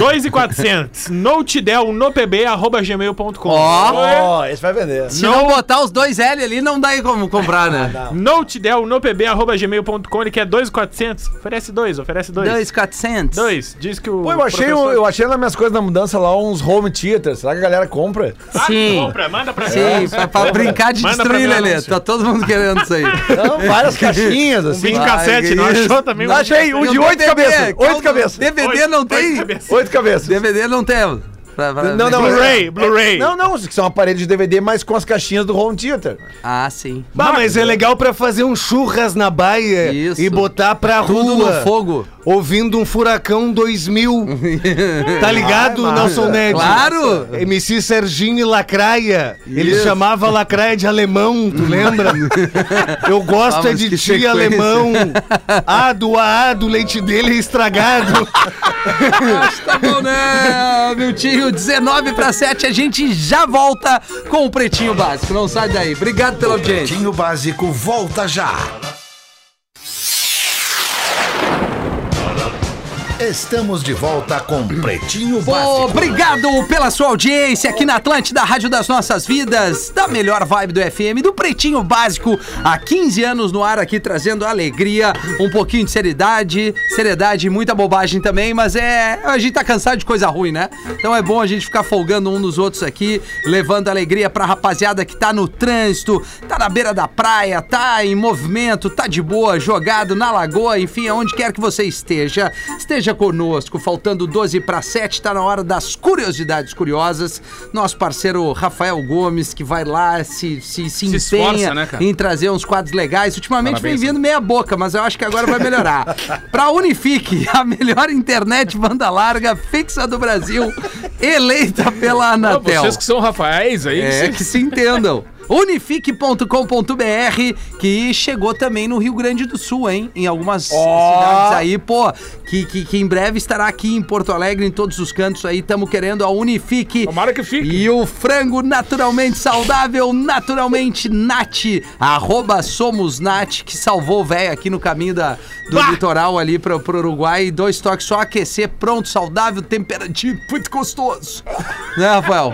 F: 2,400. Notedell no pb, arroba gmail.com.
D: Ó.
E: Ó, esse vai vender.
D: Se não... botar os dois L ali, não dá como comprar, né?
F: Notedell no pb, arroba gmail.com. Ele quer 2,400. Oferece dois, oferece dois.
D: Dois, quatrocentos.
F: Dois. Diz que o.
E: Pô, eu achei, um-
F: professor-
E: eu achei nas minhas coisas na mudança lá uns home theaters. Será que a galera compra? É.
F: Ah,
D: Sim.
F: Compra, manda pra
D: Sim, pra, pra brincar de
F: Manda pra
D: destruir,
F: mim o
D: Lelê.
F: anúncio.
D: Tá todo mundo querendo
E: (laughs)
D: isso
F: (laughs)
D: aí.
E: Não, várias caixinhas,
F: Um vídeo
E: assim.
F: cassete,
D: que
F: não
D: isso.
F: achou também? um
E: Achei um
D: E
E: de
D: o
E: oito
D: DVD,
E: cabeças.
D: que é o
E: Oito cabeças.
D: DVD não tem.
E: Oito cabeças.
D: DVD não tem. Pra- pra-
E: Não, não,
F: Blu-ray,
E: é-
F: Blu-ray.
E: Não, não, que são aparelhos de DVD, mas com as caixinhas do home theater.
D: Ah, sim.
H: Bah, mas é legal pra fazer um churras na baia
D: Isso.
H: e botar pra
D: Tudo
H: rua.
D: no fogo.
H: Ouvindo um
D: (laughs)
H: Furacão 2000. tá ligado,
E: Ah, é
H: Nelson
E: massa.
H: Ned?
D: Claro.
H: MC Serginho e Lacraia. Ele
D: Isso.
H: chamava Lacraia de alemão, tu lembra? Eu gosto é
D: mas
H: de
D: que
H: ti
D: sequência.
H: alemão. Ah, do AA, do leite dele é estragado.
D: Tá bom, né, Miltinho? 19 para 7, a gente já volta com o Pretinho Básico. Não sai daí. Obrigado pela audiência.
B: Tinho Básico volta já. Estamos de volta com Pretinho Básico.
D: Obrigado pela sua audiência aqui na Atlântida, Rádio das Nossas Vidas, da melhor vibe do FM, do Pretinho Básico, há 15 anos no ar aqui, trazendo alegria, um pouquinho de seriedade, seriedade e muita bobagem também, mas é. A gente tá cansado de coisa ruim, né? Então é bom a gente ficar folgando um nos outros aqui, levando alegria pra rapaziada que tá no trânsito, tá na beira da praia, tá em movimento, tá de boa, jogado na lagoa, enfim, aonde quer que você esteja, esteja conosco. Faltando 12 para 7, tá na hora das curiosidades curiosas. Nosso parceiro Rafael Gomes, que vai lá, se, se, se empenha
G: Se esforça, né, cara?
D: em trazer uns quadros legais. Ultimamente
G: Parabéns,
D: vem vindo meia boca, mas eu acho que agora vai
G: (laughs)
D: melhorar. Pra Unifique, a melhor internet banda larga fixa do Brasil, eleita pela
G: Ah,
D: Anatel.
G: vocês que são Rafaéis aí,
D: É,
G: que
D: que se (laughs) entendam. Unifique.com.br, que chegou também no Rio Grande do Sul, hein? Em algumas cidades aí, pô, que, que, que em breve estará aqui em Porto Alegre, em todos os cantos aí. Estamos querendo a Unifique.
G: Tomara que fique.
D: E o frango naturalmente saudável, naturalmente Nat, arroba somos Nat, que salvou o velho aqui no caminho da, do litoral ali pro, pro Uruguai. Dois toques só aquecer, pronto, saudável, temperadinho, muito gostoso. (laughs) né, Rafael?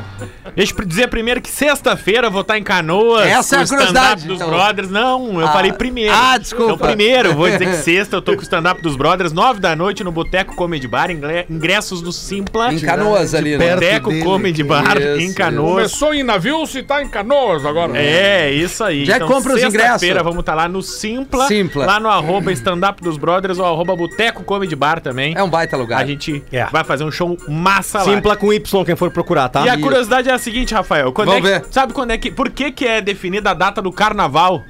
F: Deixa eu dizer primeiro que sexta-feira eu vou estar em Canoas.
D: Essa é
F: com
D: a
F: o stand-up
D: curiosidade,
F: dos
D: então.
F: Brothers. Não, eu
D: Ah.
F: falei primeiro.
D: Ah, desculpa.
F: Então, primeiro, eu vou dizer
D: (laughs)
F: que sexta eu tô com o stand-up dos Brothers, nove da noite no Boteco Comedy Bar, ingle- ingressos do Simpla.
D: Em Canoas ali, né?
F: Boteco Comedy Bar,
D: Isso,
F: em
D: isso.
F: Canoas.
G: Começou em navio, se tá em canoas agora.
F: É, isso aí.
D: Já compra os
F: Sexta-feira
D: ingressos.
F: vamos estar lá no Simpla.
D: Simpla.
F: Lá no arroba stand-up dos brothers ou arroba boteco comedy bar também.
D: É um baita lugar.
F: A gente vai fazer um show massa lá.
H: Simpla com Y, quem for procurar, tá?
F: E a curiosidade é a seguinte, Rafael. Quando
D: Vamos
F: é que,
D: ver.
F: Sabe quando é que. Por que, que é definida a data do carnaval?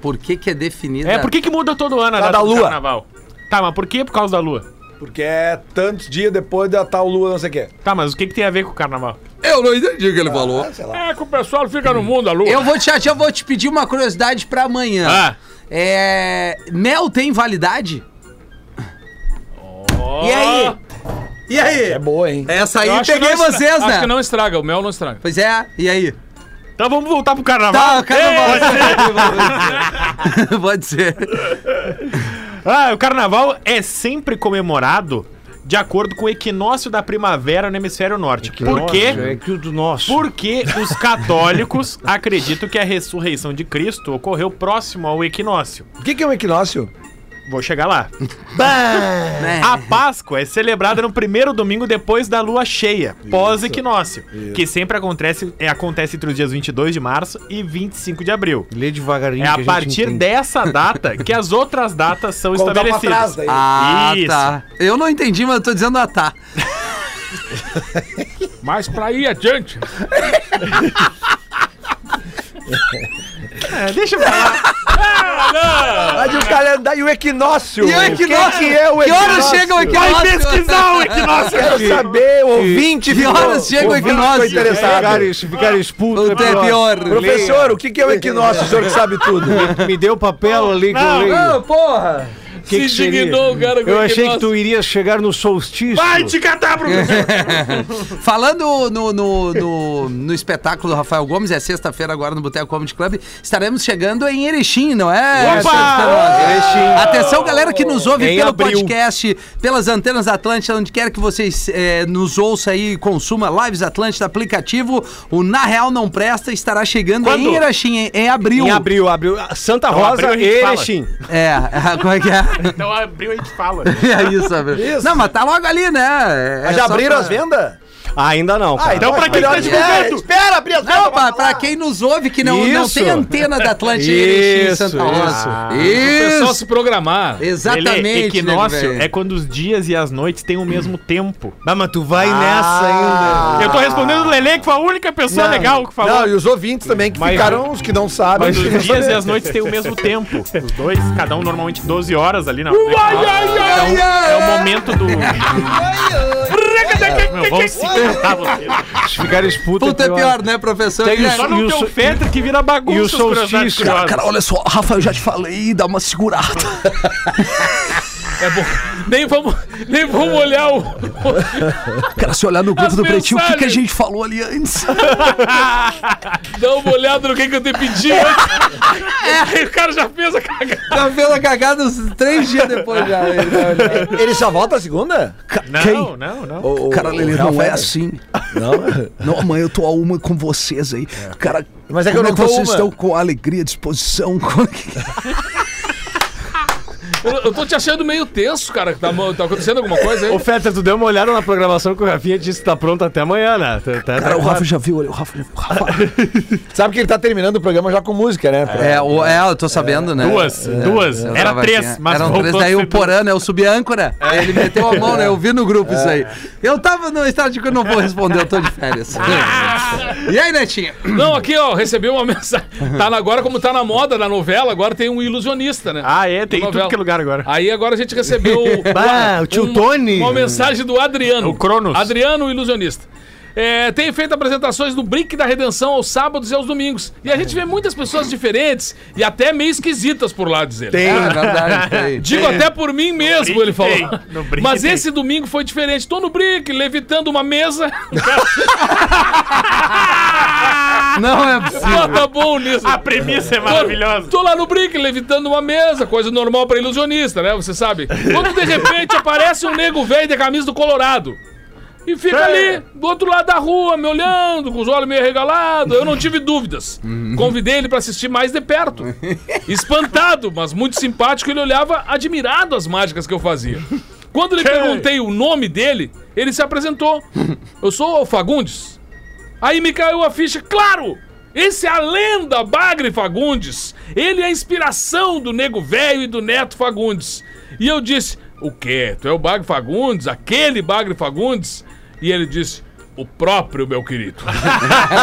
D: Por que, que é definida?
F: É, por que, que muda todo ano a
E: Lá
F: data
E: da
F: do
E: lua.
F: carnaval? Tá, mas por que por causa da lua?
E: Porque é tantos dias depois da tal lua, não sei o quê.
F: Tá, mas o que, que tem a ver com o carnaval?
D: Eu não entendi o que ele falou.
E: Ah, sei lá.
G: É que o pessoal fica no mundo, a lua.
D: Eu vou te, eu vou te pedir uma curiosidade pra amanhã.
F: Ah.
D: É, mel tem validade? E aí? E aí?
E: É boa, hein?
D: Essa aí
G: Eu acho que
D: peguei
G: não estra-
D: vocês,
G: Acho
D: né?
G: que não estraga, o mel não estraga.
D: Pois é, e aí?
F: Então vamos voltar pro carnaval.
D: Tá, carnaval. (laughs) Pode ser. Pode ser.
F: Ah, o carnaval é sempre comemorado de acordo com o equinócio da primavera no hemisfério norte. Por quê?
H: que o do nosso.
F: Porque os católicos acreditam que a ressurreição de Cristo ocorreu próximo ao equinócio.
E: O que, que é um equinócio?
F: Vou chegar
E: (laughs)
F: lá.
D: Né?
F: A Páscoa é celebrada no primeiro domingo depois da lua cheia, pós-equinócio, que sempre acontece, é, acontece entre os dias 22 de março e 25 de abril.
H: Lê devagarinho.
F: É a
H: que gente
F: partir
H: entende.
F: dessa data que as outras datas são
E: Contar pra
F: estabelecidas.
E: trás daí.
D: Ah,
F: Isso.
D: tá. Eu não entendi, mas eu tô dizendo ah, tá.
G: Mas pra ir adiante.
F: É, deixa eu falar.
E: Mas e o calendário, e o equinócio?
D: E o equinócio?
E: que, que é o
D: Que
E: equinócio?
D: horas chega o equinócio?
F: Vai
D: (laughs)
F: pesquisar o equinócio.
E: Quero saber, o ouvinte.
D: Que horas chega o equinócio?
E: Interessado.
H: Ficaram, ficaram expulsos.
D: Puta, é pior.
E: Professor, o que, que é o equinócio? O senhor que sabe tudo.
H: Me deu papel ali que eu leio.
D: Ô, porra!
H: Que que
G: se indignou
H: seria?
G: o cara com
H: Eu
G: o
H: achei que
G: equinócio.
H: tu iria chegar no solstício.
F: Vai te catar, professor.
D: Falando no, no, no, no espetáculo do Rafael Gomes, é sexta-feira agora no Boteco Comedy Club, estaremos chegando em Erechim, não é?
F: Opa!
D: Sexta-feira.
H: Erechim.
D: Atenção, galera que nos ouve
H: Em
D: pelo
H: abril.
D: podcast, pelas antenas da Atlântida, onde quer que vocês eh, nos ouça aí e consuma Lives Atlântida, aplicativo, o Na Real Não Presta estará chegando
F: Quando?
D: em Erechim, em, em abril.
H: Em abril, abril. Santa Rosa
F: abril a
H: e
F: gente fala.
H: Erechim.
D: É, (laughs) como é que é?
F: Então abriu a gente fala.
D: É isso, abril. Não, mas tá logo ali, né? É
E: Já
D: só
E: abriram
D: pra-
E: as vendas?
H: Ainda não.
E: Ah,
H: cara.
F: então pra quem tá
E: melhor
F: divulgando?
E: Espera, abrir as
D: Não,
E: vendas.
D: pra, pra quem nos ouve que não, não
H: Isso.
D: tem antena da Atlântida Erechim em
H: Isso,
D: Santa Rosa.
G: É só
D: Isso. é
G: se programar.
D: Exatamente.
F: Ele, equinócio
D: né,
F: é quando os dias e as noites têm o mesmo tempo.
H: Ah, mas tu vai
E: Ah.
H: nessa ainda.
F: Eu tô respondendo o Lelê, que foi a única pessoa legal que falou.
E: Não, e os ouvintes também, que ficaram os que não sabem.
F: Mas
D: (laughs)
F: os dias e as noites têm o mesmo tempo. Os dois, cada um normalmente 12 horas ali na.
D: ai,
F: é,
D: ai.
F: o, é o momento do. Meu, vamos se cantar você.
H: Ficaram expulsos.
D: Puta, é pior, né, professor?
H: Tem
D: É.
H: isso.
F: Só não
H: E o
F: tem o
H: so-
F: Fetter que vira bagunça.
H: e o
F: os curiosidades
H: solstício,
F: curiosas.
C: Cara, olha só, Rafa, eu já te falei, dá uma segurada.
G: É bom. Nem vamos, nem vamos olhar o.
C: Cara, se olhar no
G: As
C: grupo do Pretinho, o que, que a
G: mensagens.
C: gente falou ali antes?
G: Dá uma olhada no que, que eu te pedi antes. Aí (laughs) o cara já fez a cagada.
D: Tá vendo a cagada uns três dias depois já.
E: (laughs) Ele só volta a segunda?
F: Não,
C: Quem?
F: não, não.
C: (laughs) Cara, Lelê,
E: Rafael.
C: não é assim. Não? Não, mãe, eu tô a uma com vocês aí. Cara,
E: Mas é que
C: como
E: eu não tô
C: vocês
E: uma.
C: estão com alegria, disposição. com-
G: Eu, eu tô te achando meio tenso, cara. Tá, mo- tá acontecendo alguma coisa aí?
H: Ô, Fetter, tu deu uma olhada na programação que o Rafinha disse que tá pronto até amanhã, né? Tá- tá-
C: Cara,
H: tá
C: o
H: claro.
C: Rafa já viu, olha, o Rafa. o Rafa.
E: Sabe que ele tá terminando o programa já com música, né? Pra-
D: É, o, é, eu tô sabendo, né?
F: Duas, duas.
D: Eu
F: Era
D: tava
F: três,
D: aqui,
F: mas
D: Eram
F: voltou
D: três,
F: a
D: daí
F: ser
D: o Porã, né? Eu subi a âncora. Aí ele meteu a mão, né? Eu vi no grupo isso aí. Eu tava no estádio que eu não vou responder, eu tô de (laughs) férias. e aí, Netinha?
G: Não, aqui, ó, recebi uma mensagem. Tá na- agora, como tá na moda na novela, agora tem um ilusionista, né?
F: Ah, é, tem em
G: Novela.
F: tudo que é lugar agora.
G: Aí agora a gente recebeu
H: Bah, o tio
G: uma-
H: Tony.
G: uma mensagem do Adriano.
F: É O Cronos.
G: Adriano, o ilusionista. É, tem feito apresentações do Brink da Redenção aos sábados e aos domingos. E a gente vê muitas pessoas diferentes e até meio esquisitas por lá, diz ele.
D: Tem. É verdade, tem.
G: Digo até por mim mesmo,
F: Brink
G: ele falou.
F: tem, no Brink
G: Mas
F: tem.
G: esse domingo foi diferente. Tô no Brink, levitando uma mesa.
D: Não é possível.
G: Pô, tá bom nisso.
F: A premissa é maravilhosa.
G: Tô, tô lá no brinque, levitando uma mesa, coisa normal pra ilusionista, né? Você sabe. Quando de repente aparece um nego velho da camisa do Colorado. E fica ali, do outro lado da rua, me olhando, com os olhos meio regalados. Eu não tive dúvidas. Convidei ele pra assistir mais de perto. Espantado, mas muito simpático, ele olhava admirado as mágicas que eu fazia. Quando lhe perguntei o nome dele, ele se apresentou. Eu sou o Fagundes. Aí me caiu a ficha, claro! Esse é a lenda Bagre Fagundes. Ele é a inspiração do Nego Velho e do Neto Fagundes. E eu disse: O quê? Tu é o Bagre Fagundes? Aquele Bagre Fagundes? E ele disse: O próprio, meu querido.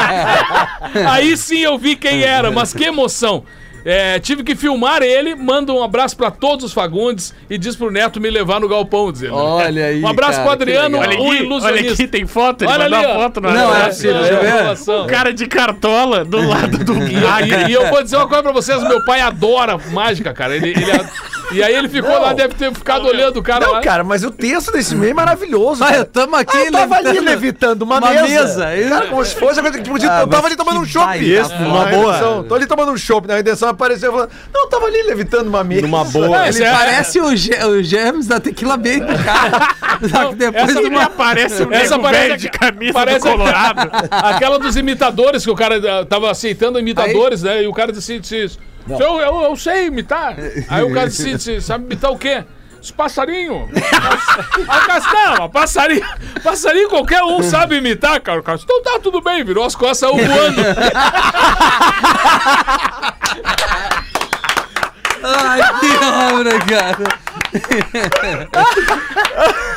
G: (laughs) Aí sim eu vi quem era, mas que emoção. É, tive que filmar ele, manda um abraço pra todos os Fagundes e diz pro Neto me levar no galpão, diz ele.
D: Olha aí,
G: Um abraço
D: cara,
G: pro
D: que
G: Adriano,
D: legal.
F: Olha
G: o
F: aqui, olha
G: ilusionista.
F: aqui, tem foto, ele
G: Olha
F: mandou
G: ali,
F: a
G: ó.
F: foto. no
D: Não, é
F: WhatsApp.
D: possível, deixa eu ver.
G: Informação.
F: Um cara de cartola do lado
H: (laughs)
F: do
G: E,
F: bagre.
G: Ah, e- e eu vou dizer uma coisa pra vocês, meu pai adora mágica, cara. Ele, ele a- e aí ele ficou
E: Não.
G: lá, deve ter ficado olhando o cara
E: Não,
G: lá.
E: cara, mas o texto desse meio é maravilhoso.
D: Mas
E: cara.
D: eu tamo aqui,
E: Ah, eu tava ali
D: levitando.
E: levitando uma,
D: Uma
E: mesa.
D: mesa, isso.
E: Cara, como se fosse a coisa que tu podia.
D: Ah,
E: eu tava
D: mas
E: ali tomando um
D: que
E: chopp.
D: baita, Isso,
H: uma
E: na
H: boa.
E: redenção. Tô ali tomando um chopp. Na redenção apareceu falando. Não, eu tava ali levitando uma mesa. (laughs)
H: Numa boa.
G: Ah,
D: Ele
G: esse é-
D: parece o, Ge o James da Tequila Baby,
G: (laughs)
D: cara. Só que depois
G: essa
D: de
F: Ele
D: uma...
F: aparece um
G: Essa
F: nego
G: parece
F: velho
G: a-
F: de camisa
G: parece
F: do
G: a-
F: Colorado.
G: Aquela dos imitadores, que o cara ah, tava aceitando imitadores, né? E o cara disse, disse eu, eu, eu sei imitar. Aí o cara disse, disse, sabe imitar o quê? Os passarinho. Aí o cara disse, não, mas passarinho, passarinho qualquer um sabe imitar, cara. O cara disse, então tá tudo bem, virou as costas, saiu voando.
D: (laughs) Ai, que obra, cara.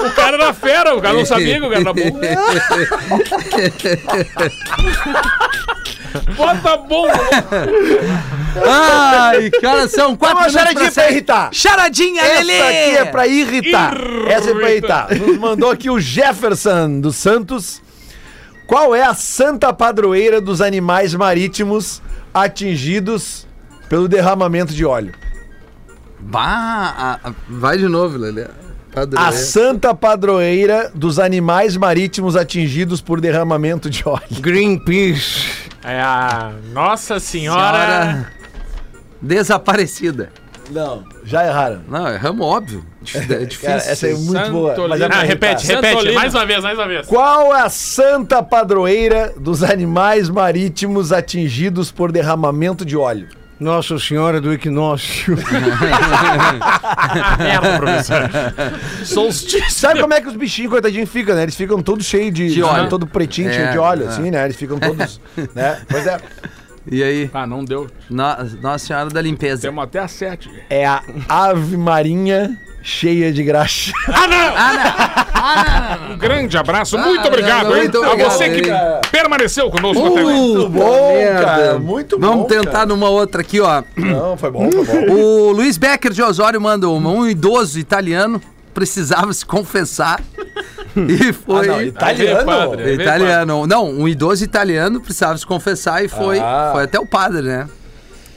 G: O cara era fera, o cara não sabia que o cara era bom. Bota bom.
D: Ai, cara, são
E: É
D: quatro
E: uma
D: minutos pra
E: charadinha pra
D: sair.
E: irritar.
D: Charadinha, Lelê!
E: Essa aqui é pra irritar. Essa é pra irritar. Nos mandou aqui o Jefferson dos Santos. Qual é a santa padroeira dos animais marítimos atingidos pelo derramamento de óleo?
D: Bah, a- a- vai de novo, Lelê. Padre.
H: É.
E: A santa padroeira dos animais marítimos atingidos por derramamento de óleo.
H: Greenpeace.
F: É a Nossa Senhora.
D: Desaparecida.
E: Não, já erraram.
D: Não, erramos, óbvio. Dif- É difícil.
E: Cara, essa é muito
G: Santo
E: boa. mas é pra
G: Lino.
F: Ah,
E: irritar.
F: repete,
G: Santa
F: repete.
G: Olina.
F: Mais uma vez, mais uma vez.
E: Qual é a santa padroeira dos animais marítimos atingidos por derramamento de óleo?
H: Nossa Senhora do Equinócio.
F: Merda, professor.
E: (laughs)
G: Solstício.
E: Sabe como é que os bichinhos, coitadinhos, ficam, né? Eles ficam todos cheios de,
D: De óleo.
E: Todo pretinho,
D: É,
E: cheio de óleo,
D: é.
E: assim, né? Eles ficam todos. né? Pois é.
D: E aí?
G: Ah, não deu.
D: No- Nossa Senhora da Limpeza.
G: Temos até a sete.
E: É a ave marinha cheia de graxa.
F: Ah, não! Um grande abraço, muito
D: Ah,
F: obrigado,
D: não,
F: hein?
D: muito
F: a
D: obrigado,
F: você que
D: hein? Uh!
F: permaneceu conosco até agora.
D: Puta
E: bom, cara, muito bom,
D: Vamos tentar
E: cara.
D: numa outra aqui, ó.
E: Não, foi bom, foi
D: Hum.
E: bom.
D: O Luiz Becker de Osório manda uma. Um idoso italiano precisava se
E: (laughs)
D: confessar. E foi.
E: Ah, não,
G: Aí, padre. é
E: italiano.
G: veio
D: Italiano. Não, um idoso italiano precisava se confessar e foi,
E: Ah.
D: foi até o padre, né?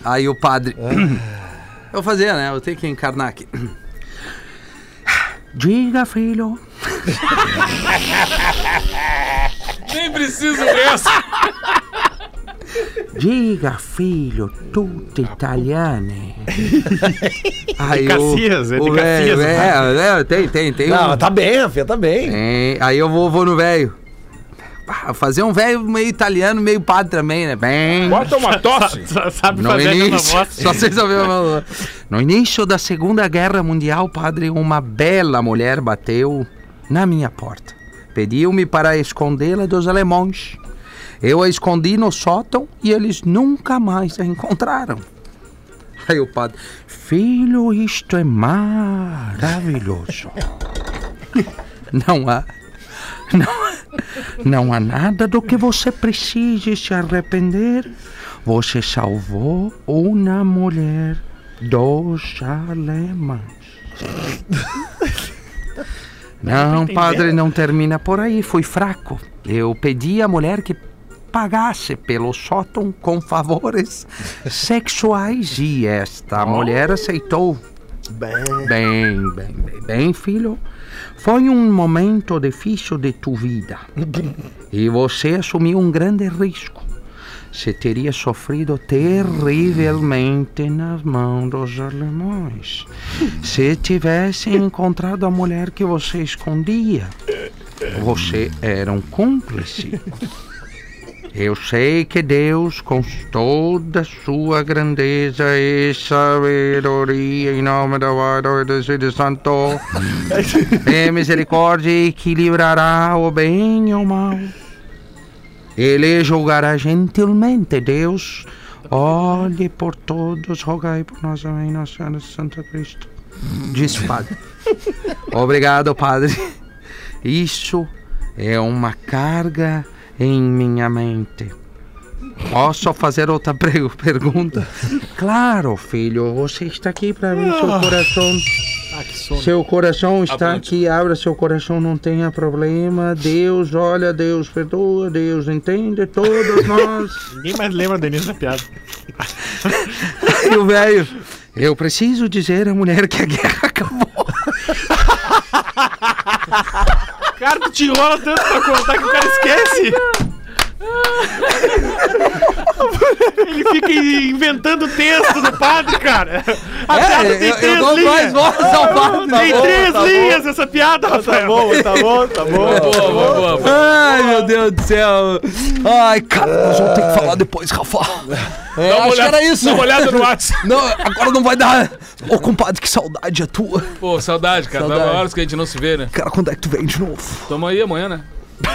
G: Ah.
D: Aí o padre. Eu vou fazer, né? Eu tenho que encarnar aqui. Diga, filho.
G: Nem preciso dessa.
D: Diga, filho, tudo
G: Tá
D: italiano. Aí
F: Cassias, (laughs) é de
D: o velho,
F: Cassias.
D: é, é, tem, tem, tem. um-
E: Não, tá bem, Rafinha, tá bem.
D: Tem. Aí eu vou, vou no velho. Pá, Fazer um velho meio italiano, meio padre também, né? Bem.
G: Bota uma tosse.
F: Só sabe
D: No
F: fazer aquela
D: início,
F: voz.
D: (laughs) só vocês ouviram a minha voz. No início da Segunda Guerra Mundial, padre, uma bela mulher bateu na minha porta. Pediu-me para escondê-la dos alemães. Eu a escondi no sótão e eles nunca mais a encontraram. Aí o padre, filho, isto é maravilhoso. (laughs) Não há. Não, não há nada do que você precise se arrepender. Você salvou uma mulher dos alemães. Não, padre, não termina por aí. Fui fraco. Eu pedi à mulher que pagasse pelo sótão com favores sexuais e esta mulher aceitou. Oh. Bem, bem, bem, bem, filho. Foi um momento difícil de tua vida. E você assumiu um grande risco. Você teria sofrido terrivelmente nas mãos dos alemães. Se tivesse encontrado a mulher que você escondia, você era um cúmplice. Eu sei que Deus, com toda sua grandeza e sabedoria, em nome da Pai, do Espírito Santo, é misericórdia e equilibrará o bem e o mal. Ele julgará gentilmente, Deus. Olhe por todos, rogai por nós, amém, Nossa Senhora de Santo Cristo. Disse o padre. Obrigado, padre. Isso é uma carga em minha mente. Posso fazer outra (laughs) pre- pergunta? Claro, filho, você está aqui para mim, seu coração. Seu coração está aqui, abra seu coração, não tenha problema. Deus olha, Deus perdoa, Deus entende, todos
E: (laughs)
D: nós.
F: Ninguém mais lembra da Denise da piada.
D: E o velho, eu preciso dizer à mulher que a guerra (laughs) acabou.
F: Cara, tu te enrola tanto pra contar que o cara (laughs) esquece. Ele fica inventando texto do padre, cara. A
D: É,
E: É,
F: piada tem três linhas.
D: vozes
G: Ah,
D: ao padre.
F: tem três linhas essa piada, Rafael.
E: tá bom, tá bom.
G: Boa, boa, boa, boa.
D: Ai, meu Deus do céu. Ai, cara, nós vamos ter que falar depois, Rafa. É,
G: Dá uma
D: acho que
G: olhada-
D: era isso.
G: Dá uma olhada no WhatsApp.
D: Não, agora não vai dar. Ô, compadre, que saudade é tua.
G: Pô, saudade, cara. Dá
D: Saudade.
G: horas que a gente não se vê, né?
D: Cara, quando é que tu vem de novo?
G: Tamo aí amanhã, né?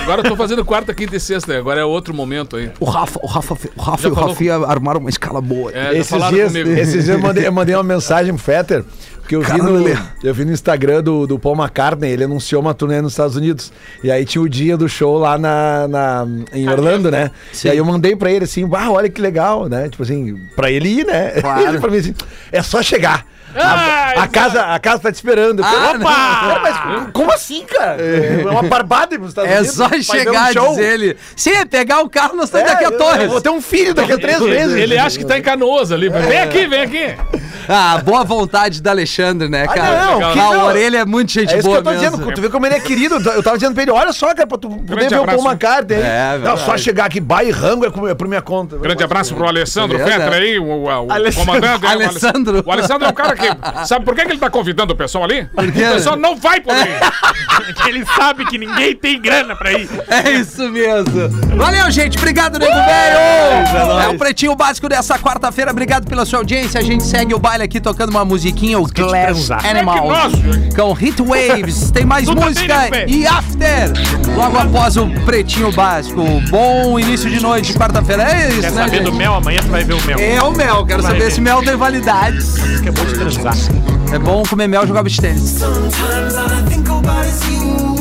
G: Agora eu tô fazendo quarta, quinta e sexta, né? agora é outro momento aí.
D: O Rafa, o Rafa, o Rafa
G: Já
D: e o
G: falou?
D: Rafinha armaram uma escala boa.
G: É, já
E: Esses
G: falaram
E: dias,
G: comigo.
E: esses dias eu, mandei, eu
D: (laughs)
E: mandei uma mensagem pro Fetter, que eu vi,
D: Cara,
E: no,
D: Lelê.
E: eu vi no Instagram do, do Paul McCartney, ele anunciou uma turnê nos Estados Unidos. E aí tinha o dia do show lá na, na- em Orlando, né? E aí eu mandei pra ele assim, bah, olha que legal, né? Tipo assim, pra ele ir, né? (laughs) Ele pra mim assim, é só chegar.
G: Ah,
E: a, a casa, a casa tá te esperando. Eu falei,
D: Ah,
E: Opa! Cara, mas como assim, cara? É uma barbada ir pros Estados
D: É
E: Unidos.
D: só
E: vai ver um
D: chegar,
E: show.
D: diz ele. Se é pegar o carro, nós
E: É,
D: estamos daqui a
E: eu-
D: torre.
E: eu Vou ter um filho daqui a três vezes.
G: Ele acha que tá em canoas ali. mas Vem aqui, vem aqui.
D: Ah, boa vontade do Alexandre, né, cara?
E: não,
D: Ah,
E: que
D: a
E: não.
D: orelha é muito gente
E: É isso
D: boa
E: que eu tô
D: mesmo.
E: dizendo, tu vê como ele é querido. Eu tava dizendo pra ele, olha só, cara, pra tu poder ver o
G: abraço.
E: Paul McCartney.
D: É,
E: É, não,
D: verdade.
E: só chegar aqui, bai e rango é, com- é por minha conta.
G: Um Grande abraço pro Alessandro
D: Tá vendo,
G: Petra
E: é.
D: né?
G: aí, o, o- o comandante. né? O
D: Alessandro.
G: O Alessandro é um cara que. Sabe por que que ele tá convidando o pessoal ali? O
D: quê?
G: pessoal não vai por aí.
F: Porque (laughs) ele sabe que ninguém tem grana pra ir.
D: É isso mesmo. Valeu, gente. Obrigado,
E: Uh!
D: Nego Velho. É o Pretinho Básico dessa quarta-feira. Obrigado pela sua audiência. A gente segue o baile aqui tocando uma musiquinha, o Glass
F: transar. É
D: Animal. Com Hit Waves. Tem mais
F: Tu tá
D: música
F: bem, né, Fê?
D: e After. Logo após o Pretinho Básico. Bom início de noite de quarta-feira. É isso,
F: Quer
D: né,
F: saber do
D: gente?
F: mel? Amanhã tu vai ver o mel.
D: É o mel. Quero
F: Vai
D: saber
F: ver.
D: se mel tem validade.
F: Acabou de transar.
D: É bom comer mel e jogar beach tênis.
I: Sometimes all I think about is you.